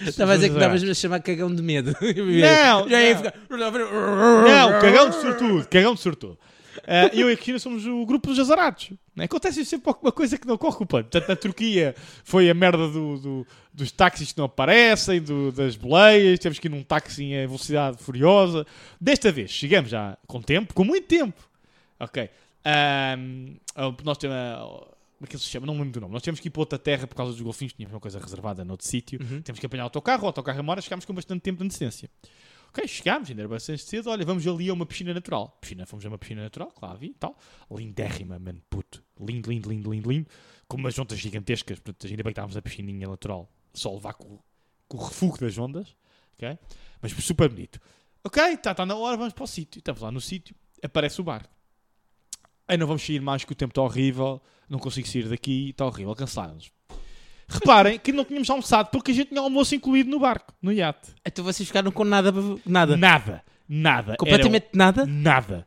estava a dizer que Exato. estavas-me a chamar cagão de medo. Não, já ia não. ficar. Não, Não, cagão de sortudo, cagão de sortudo. Ah, eu e a Cristina somos o grupo dos azarados. Né? Acontece sempre alguma coisa que não corre o pano. Portanto, na Turquia foi a merda do- do- dos táxis que não aparecem, do- das boleias, temos que ir num táxi em velocidade furiosa. Desta vez, chegamos já com tempo, com muito tempo. Ok. Ahm, ah, nós temos. ah, Como é que ele se chama? Não me lembro do nome. Nós temos que ir para outra terra por causa dos golfinhos, tínhamos uma coisa reservada noutro sítio. Temos que apanhar o autocarro, o autocarro demora, chegámos com bastante tempo de antecedência. Ok, chegámos, ainda era bastante cedo. Olha, vamos ali a uma piscina natural. Piscina, fomos a uma piscina natural, claro, vi e tal. Lindérrima, mano, puto. Lindo, lindo, lindo, lindo, lindo. Com umas ondas gigantescas. Portanto, ainda bem que estávamos na piscininha natural. Só levar com, com o refugo das ondas. Ok? Mas super bonito. Ok, está tá na hora, vamos para o sítio. Estamos lá no sítio. Aparece o barco. Ei, não vamos sair mais que o tempo está horrível. Não consigo sair daqui, está horrível. Cansaram-nos. Reparem que não tínhamos almoçado porque a gente tinha almoço incluído no barco, no iate. Então vocês ficaram com nada, pra- nada. Nada. Nada. Completamente Eram nada. nada.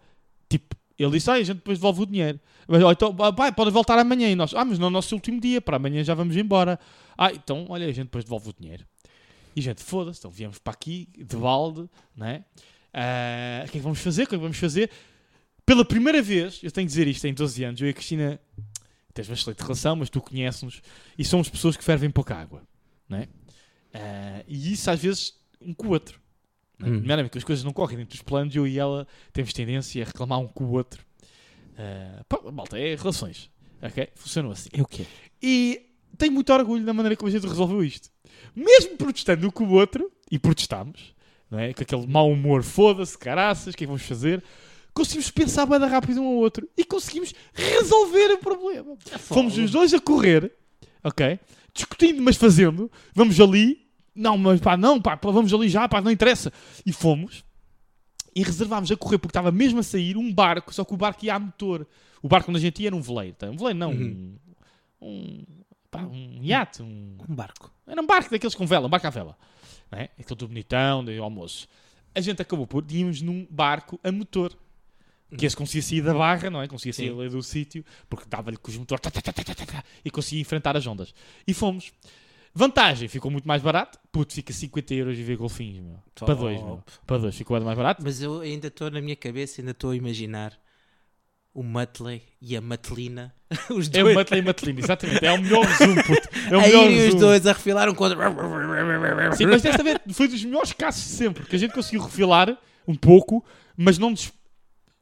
Tipo, ele disse, ah, a gente depois devolve o dinheiro. Mas, ó, então, ah, vai, pode voltar amanhã. E nós, ah, mas não é o nosso último dia, para amanhã já vamos embora. Ah, então, olha, a gente depois devolve o dinheiro. E a gente, foda-se, então viemos para aqui, de balde, né? Ah, o que é que vamos fazer? O que é que vamos fazer? Pela primeira vez, eu tenho que dizer isto, em 12 anos, eu e a Cristina tens uma excelente relação, mas tu conheces-nos e somos pessoas que fervem pouca água, não é? Ah, e isso às vezes um com o outro. não é? Hum. Primeiramente, que as coisas não correm dentro dos planos, eu e ela temos tendência a reclamar um com o outro. Ah, pá, malta, é relações. Ok? Funcionam assim. É o quê? E tenho muito orgulho da maneira como a gente resolveu isto. Mesmo protestando um com o outro, e protestámos, não é? com aquele mau humor, foda-se, caraças, o que é que vamos fazer? Conseguimos pensar bem rápido um ao outro e conseguimos resolver o problema. Tá Fomos os dois a correr, ok? Discutindo, mas fazendo. Vamos ali. Não, mas pá, não, pá, pá, vamos ali já, pá, não interessa. E fomos. E reservámos a correr, porque estava mesmo a sair um barco, só que o barco ia a motor. O barco onde a gente ia era um veleiro. tá? Um veleiro, não. Uhum. Um, um, pá, um iate. Um, Um barco. era um barco daqueles com vela, um barco à vela. Não é? Aquele do bonitão, do almoço. A gente acabou por irmos num barco a motor. Que esse conseguia sair da barra, não é? Conseguia sair Sim. ali do sítio, porque dava-lhe com os motores tá, tá, tá, tá, tá, tá, tá, e conseguia enfrentar as ondas. E fomos. Vantagem, ficou muito mais barato. Puto, fica 50 euros e ver golfinhos, meu. Top. Para dois, meu. Para dois, ficou mais barato. Mas eu ainda estou na minha cabeça, ainda estou a imaginar o Muttley e a Matelina. Os É o dois. Matlin Matlin, exatamente. É o melhor zoom, puto. É o a melhor irem os zoom. dois a refilar um contra. Sim, mas desta vez foi dos melhores casos de sempre, que a gente conseguiu refilar um pouco, mas não des...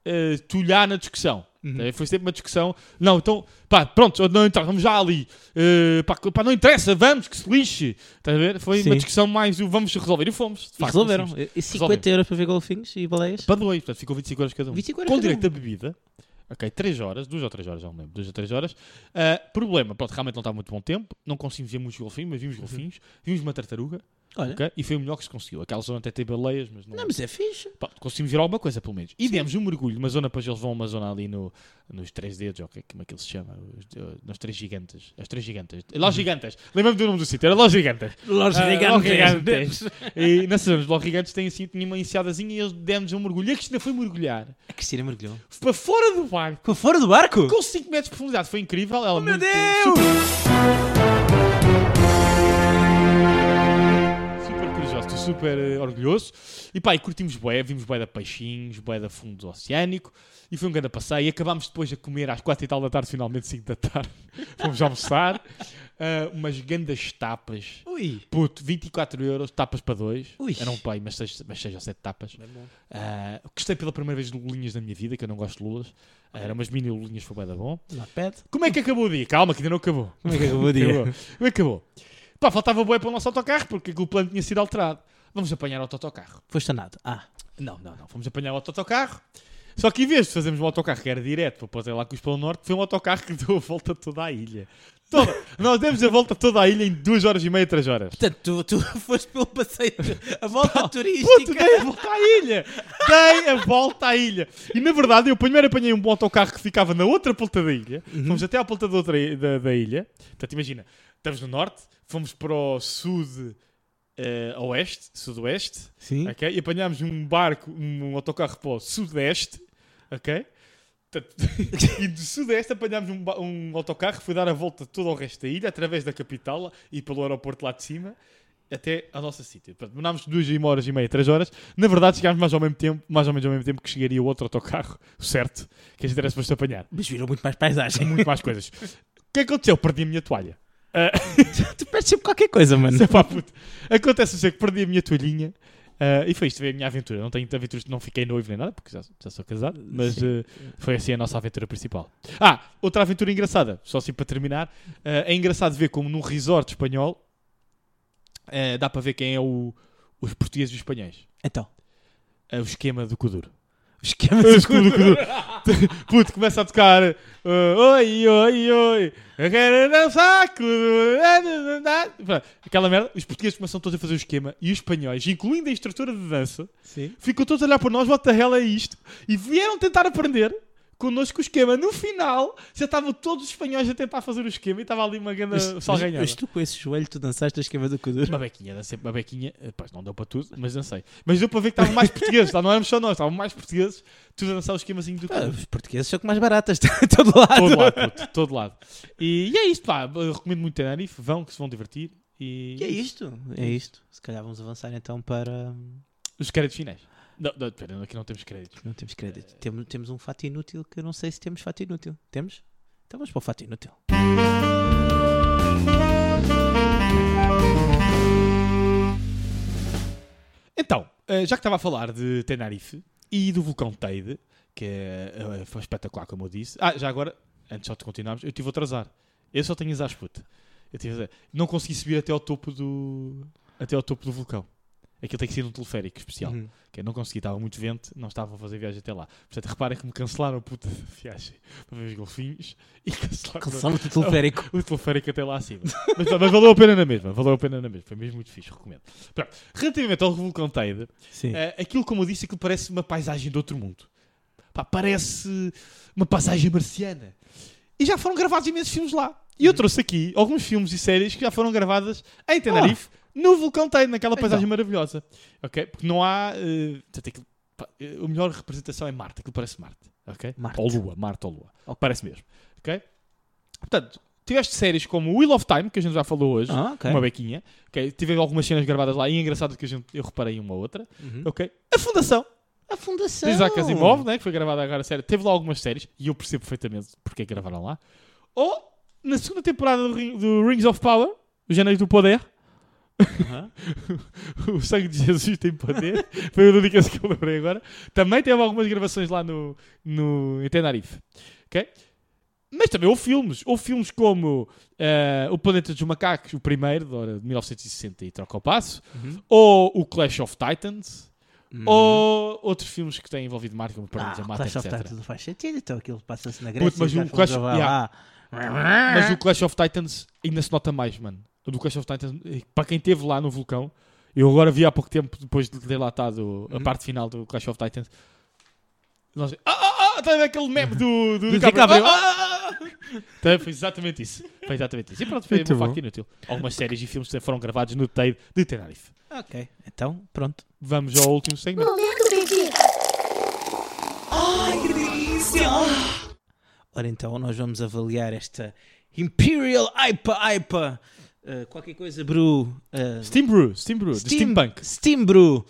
eh, tulhar na discussão. Uhum. Eh, Foi sempre uma discussão. Não, então, pá, pronto, não, então, vamos já ali. Eh, pá, que- pá, não interessa, vamos, que se lixe. Estás a ver? Foi Sim. uma discussão mais o vamos resolver. E fomos. de E facto, resolveram. conseguimos. E 50 euros para ver golfinhos e baleias? Para dois, portanto, ficou 25 horas cada um. 25 euros Com cada direito à bebida. Ok, 3 horas, 2 ou 3 horas, já não me lembro, 2 ou 3 horas. Ah, problema, pronto, realmente não estava muito bom tempo, não conseguimos ver muitos golfinhos, mas vimos golfinhos, vimos uma tartaruga, Uhum. Olha. ok? E foi o melhor que se conseguiu. Aquela zona até tem baleias, mas não. Não, mas é fixe. Pá, conseguimos ver alguma coisa, pelo menos. E demos um mergulho, uma zona, depois eles vão a uma zona ali no, nos três dedos, ou que- como é que ele se chama? Os, eh, nos três gigantes. As três gigantes. Uhum. Los Gigantes. Lembra-me do nome do sítio, era Los Gigantes. Los Ah, Gigantes. e nessas zonas, Los Gigantes têm assim, tinha uma enseadazinha e eles demos um mergulho. E a Cristina foi mergulhar A Cristina mergulhou. para fora do barco, Ficou fora do barco? com 5 metros de profundidade. Foi incrível. Ela Oh, meu muito, Deus! Super corajoso, estou super eh, orgulhoso. E pá, e curtimos bué, vimos bué da peixinhos, bué da fundo oceânico. E foi um grande passeio. E acabámos depois a comer às 4 e tal da tarde, finalmente 5 da tarde. Fomos almoçar. Ah, umas grandes tapas. Ui. Puto, 24 euros, tapas para dois. Ui. Eram pai, mas 6 mas seis ou 7 tapas. É Ah, gostei pela primeira vez de lulinhas da minha vida, que eu não gosto de lulas. Ah, eram umas mini lulinhas, foi bué da bom. Lá pede. Como é que acabou o dia? Calma, que ainda não acabou. Como é que acabou o dia? Acabou. Como é que acabou? Pá, faltava boé para o nosso autocarro, porque o plano tinha sido alterado. Vamos apanhar outro autocarro. Foste a nada. Ah. Não, não, não. Vamos apanhar outro autocarro. Só que em vez de fazermos um autocarro que era direto para poder lá com os pelo norte, foi um autocarro que deu a volta toda a ilha. Toda. Nós demos a volta toda a ilha em 2 horas e meia, 3 horas. Portanto, tu, tu foste pelo passeio, a volta Puto, turística. dei a volta à ilha! Dei a volta à ilha! E na verdade, eu primeiro apanhei um bom autocarro que ficava na outra ponta da ilha. Fomos até à ponta da, outra, i- da, da ilha. Portanto, imagina, estamos no norte, fomos para o sud. eh, oeste, sudoeste, Sim. ok? E apanhámos um barco, um autocarro para o sudeste, ok? Portanto, e do sudeste apanhámos um, ba- um autocarro que foi dar a volta todo ao resto da ilha, através da capital e pelo aeroporto lá de cima, até ao nosso sítio. Portanto, demorámos duas e uma horas e meia, três horas. Na verdade, chegámos mais ao mesmo tempo, mais ou menos ao mesmo tempo que chegaria o outro autocarro, certo? Que a gente era suposto apanhar. Mas viram muito mais paisagem. Muito mais coisas. O que é que aconteceu? Perdi a minha toalha. tu perdes sempre qualquer coisa, mano. Sei é pá, puto. Acontece assim, que perdi a minha toalhinha ah, e foi isto, foi a minha aventura. Não tenho aventuras, não fiquei noivo nem nada, porque já, já sou casado, mas ah, foi assim a nossa aventura principal. Ah, outra aventura engraçada, só assim para terminar. ah, é engraçado ver como num resort espanhol ah, dá para ver quem é o- os portugueses e os espanhóis. Então, Ah, o esquema do Coduro. o esquema O do escudo, escudo. Puto, começa a tocar. eh, oi, oi, oi. Eu quero dançar. Kuduro. Pronto, Aquela merda. Os portugueses começam todos a fazer o esquema. E os espanhóis, incluindo a instrutora de dança, Sim. ficam todos a olhar para nós. What the hell é isto? E vieram tentar aprender connosco o esquema. No final, já estavam todos os espanhóis a tentar fazer o esquema. E estava ali uma grande Mas, mas, salganhada. mas tu com esse joelho, tu dançaste o esquema do Kuduro. Uma bequinha, dancei uma bequinha, Eh, pá, não deu para tudo, mas dancei. Mas deu para ver que estavam mais portugueses, lá não éramos só nós, estavam mais portugueses, tudo a dançar o esquemazinho do Ah, clube. os portugueses são que mais baratas, tá de todo lado. todo lado, puto, todo lado. E, e é isto, pá, eu recomendo muito Tenerife, vão que se vão divertir. E, E é isto, é isto. Se calhar vamos avançar então para. hum, Os créditos finais. Não, não, espera, aqui não temos créditos. Não temos Eh, crédito. Temos, temos um fato inútil que eu não sei se temos fato inútil. Temos? Então vamos para o fato inútil. Então, eh, já que estava a falar de Tenerife e do vulcão Teide, que eh, eh, foi espetacular, como eu disse. Ah, já agora, antes só de continuarmos, eu tive outro azar. Eu só tenho azar, puto. Eu tive azar. Não consegui subir até ao topo do, até ao topo do vulcão. Aquilo tem que ser um teleférico especial. Uhum. Que eu não consegui, estava muito vento, não estava a fazer viagem até lá. Portanto, reparem que me cancelaram a puta da viagem para ver os golfinhos e cancelaram Calçado teleférico. o teleférico até lá acima. mas, mas valeu a pena na mesma, valeu a pena na mesma. Foi mesmo muito fixe, recomendo. Pronto, relativamente ao vulcão Teide, Sim. eh, aquilo, como eu disse, aquilo parece uma paisagem de outro mundo. Pá, parece uma paisagem marciana. E já foram gravados imensos filmes lá. E Uhum. eu trouxe aqui alguns filmes e séries que já foram gravadas em Tenerife, Ah. no Vulcão Teide, Então. naquela paisagem maravilhosa. Ok? Porque não há... eh, portanto, aquilo- pá, eh, a melhor representação é Marte. Aquilo parece Marte. Ok? Marte. Ou Lua. Marte ou Lua. Ok. Parece mesmo. Ok? Portanto, tiveste séries como Wheel of Time, que a gente já falou hoje. Ah, ok. Uma bequinha. ok? Tive algumas cenas gravadas lá e é engraçado que a gente, eu reparei em uma outra. Uhum. ok? A Fundação, A fundação. de Isaac Asimov, né, que foi gravada agora a série, teve lá algumas séries e eu percebo perfeitamente porque é que gravaram lá. Ou na segunda temporada do, Ring- do Rings of Power, Os Anéis do Poder, Aham. o sangue de Jesus tem poder, foi a única que eu lembrei agora. Também teve algumas gravações lá no, no, em Tenerife. ok? Mas também houve filmes. Houve filmes como eh, O Planeta dos Macacos, o primeiro, de hora de 1960 e Troca ao Passo, Uhum. ou o Clash of Titans, Uhum. ou outros filmes que têm envolvido Marco, como Pernas da Ah, Mata, Clash of etc. Titans não faz sentido, então aquilo passa-se na Grécia. mas já o fomos Clash- gravar yeah. lá. Mas o Clash of Titans ainda se nota mais, mano. O do Clash of Titans, eh, para quem esteve lá no vulcão, Eu agora vi há pouco tempo, depois de ter latado a parte final do Clash of Titans. Nós... Ah, ah, ah! Está a ver aquele meme do, Do do, DiCaprio? DiCaprio. Ah, ah, ah! Então, foi exatamente isso. Foi exatamente isso. E pronto, foi Muito um bom. facto inútil. Algumas séries e filmes foram gravados no Teide de Tenerife. Ok, então pronto. Vamos ao último segmento. Ora então, nós vamos avaliar esta Imperial IPA IPA. eh, qualquer coisa, Bru. eh, Steam Brew, Steam Brew, de Steampunk. Steam Brew.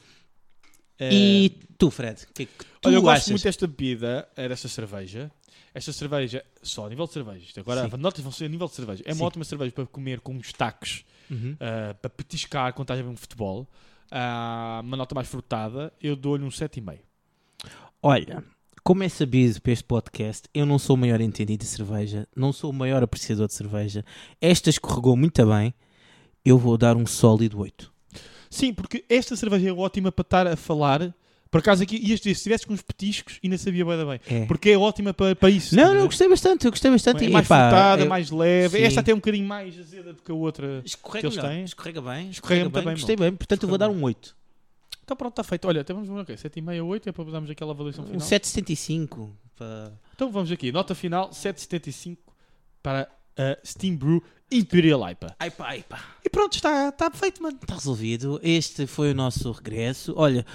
E tu, Fred, o que é que tu Olha, eu gosto achas? muito desta bebida, eh, desta cerveja. Esta cerveja, só a nível de cerveja, isto agora Sim. as notas vão ser a nível de cerveja. É uma Sim. ótima cerveja para comer com os tacos, Uhum. eh, para petiscar quando estás a ver um futebol. Ah, uma nota mais frutada, eu dou-lhe um 7,5. Olha, como é sabido para este podcast, eu não sou o maior entendido de cerveja, não sou o maior apreciador de cerveja. Esta escorregou muito bem. Eu vou dar um sólido 8. Sim, porque esta cerveja é ótima para estar a falar. Por acaso aqui, ias dizer, se tivesse com uns petiscos, ainda sabia bem da bem. É. Porque é ótima para, para isso. Não, estás a não, eu ver? gostei bastante, eu gostei bastante. É E, mais pá, frutada, eu- mais leve. Sim. Esta até é um bocadinho mais azeda do que a outra. Escorrega, que eles melhor, têm. escorrega bem, Escorrega muito bem, gostei bem, portanto eu vou dar Escorrega um 8. Então pronto, está feito. Olha, até vamos ver o quê? 7,5 ou 8 é para darmos aquela avaliação Um final. 7,75 para Então vamos aqui, nota final 7,75 para a Steam Brew Imperial IPA. Ai pá, ai pá. E pronto, está, está feito, mano. Está resolvido. Este foi o nosso regresso. Olha,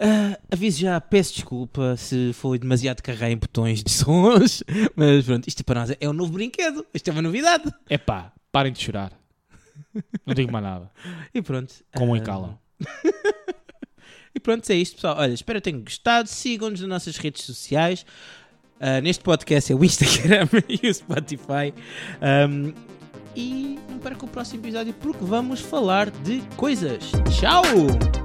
ah, aviso já, peço desculpa se foi demasiado carregar em botões de sons, mas pronto, isto para nós é um novo brinquedo. Isto é uma novidade. É pá, parem de chorar. Não digo mais nada. um E pronto. Como Ah, em calam. E pronto, é isto, pessoal. Olha, espero que tenham gostado. Sigam-nos nas nossas redes sociais. Ah, neste podcast é o Instagram e o Spotify. Ahm, e não perca o próximo episódio porque vamos falar de coisas. Tchau!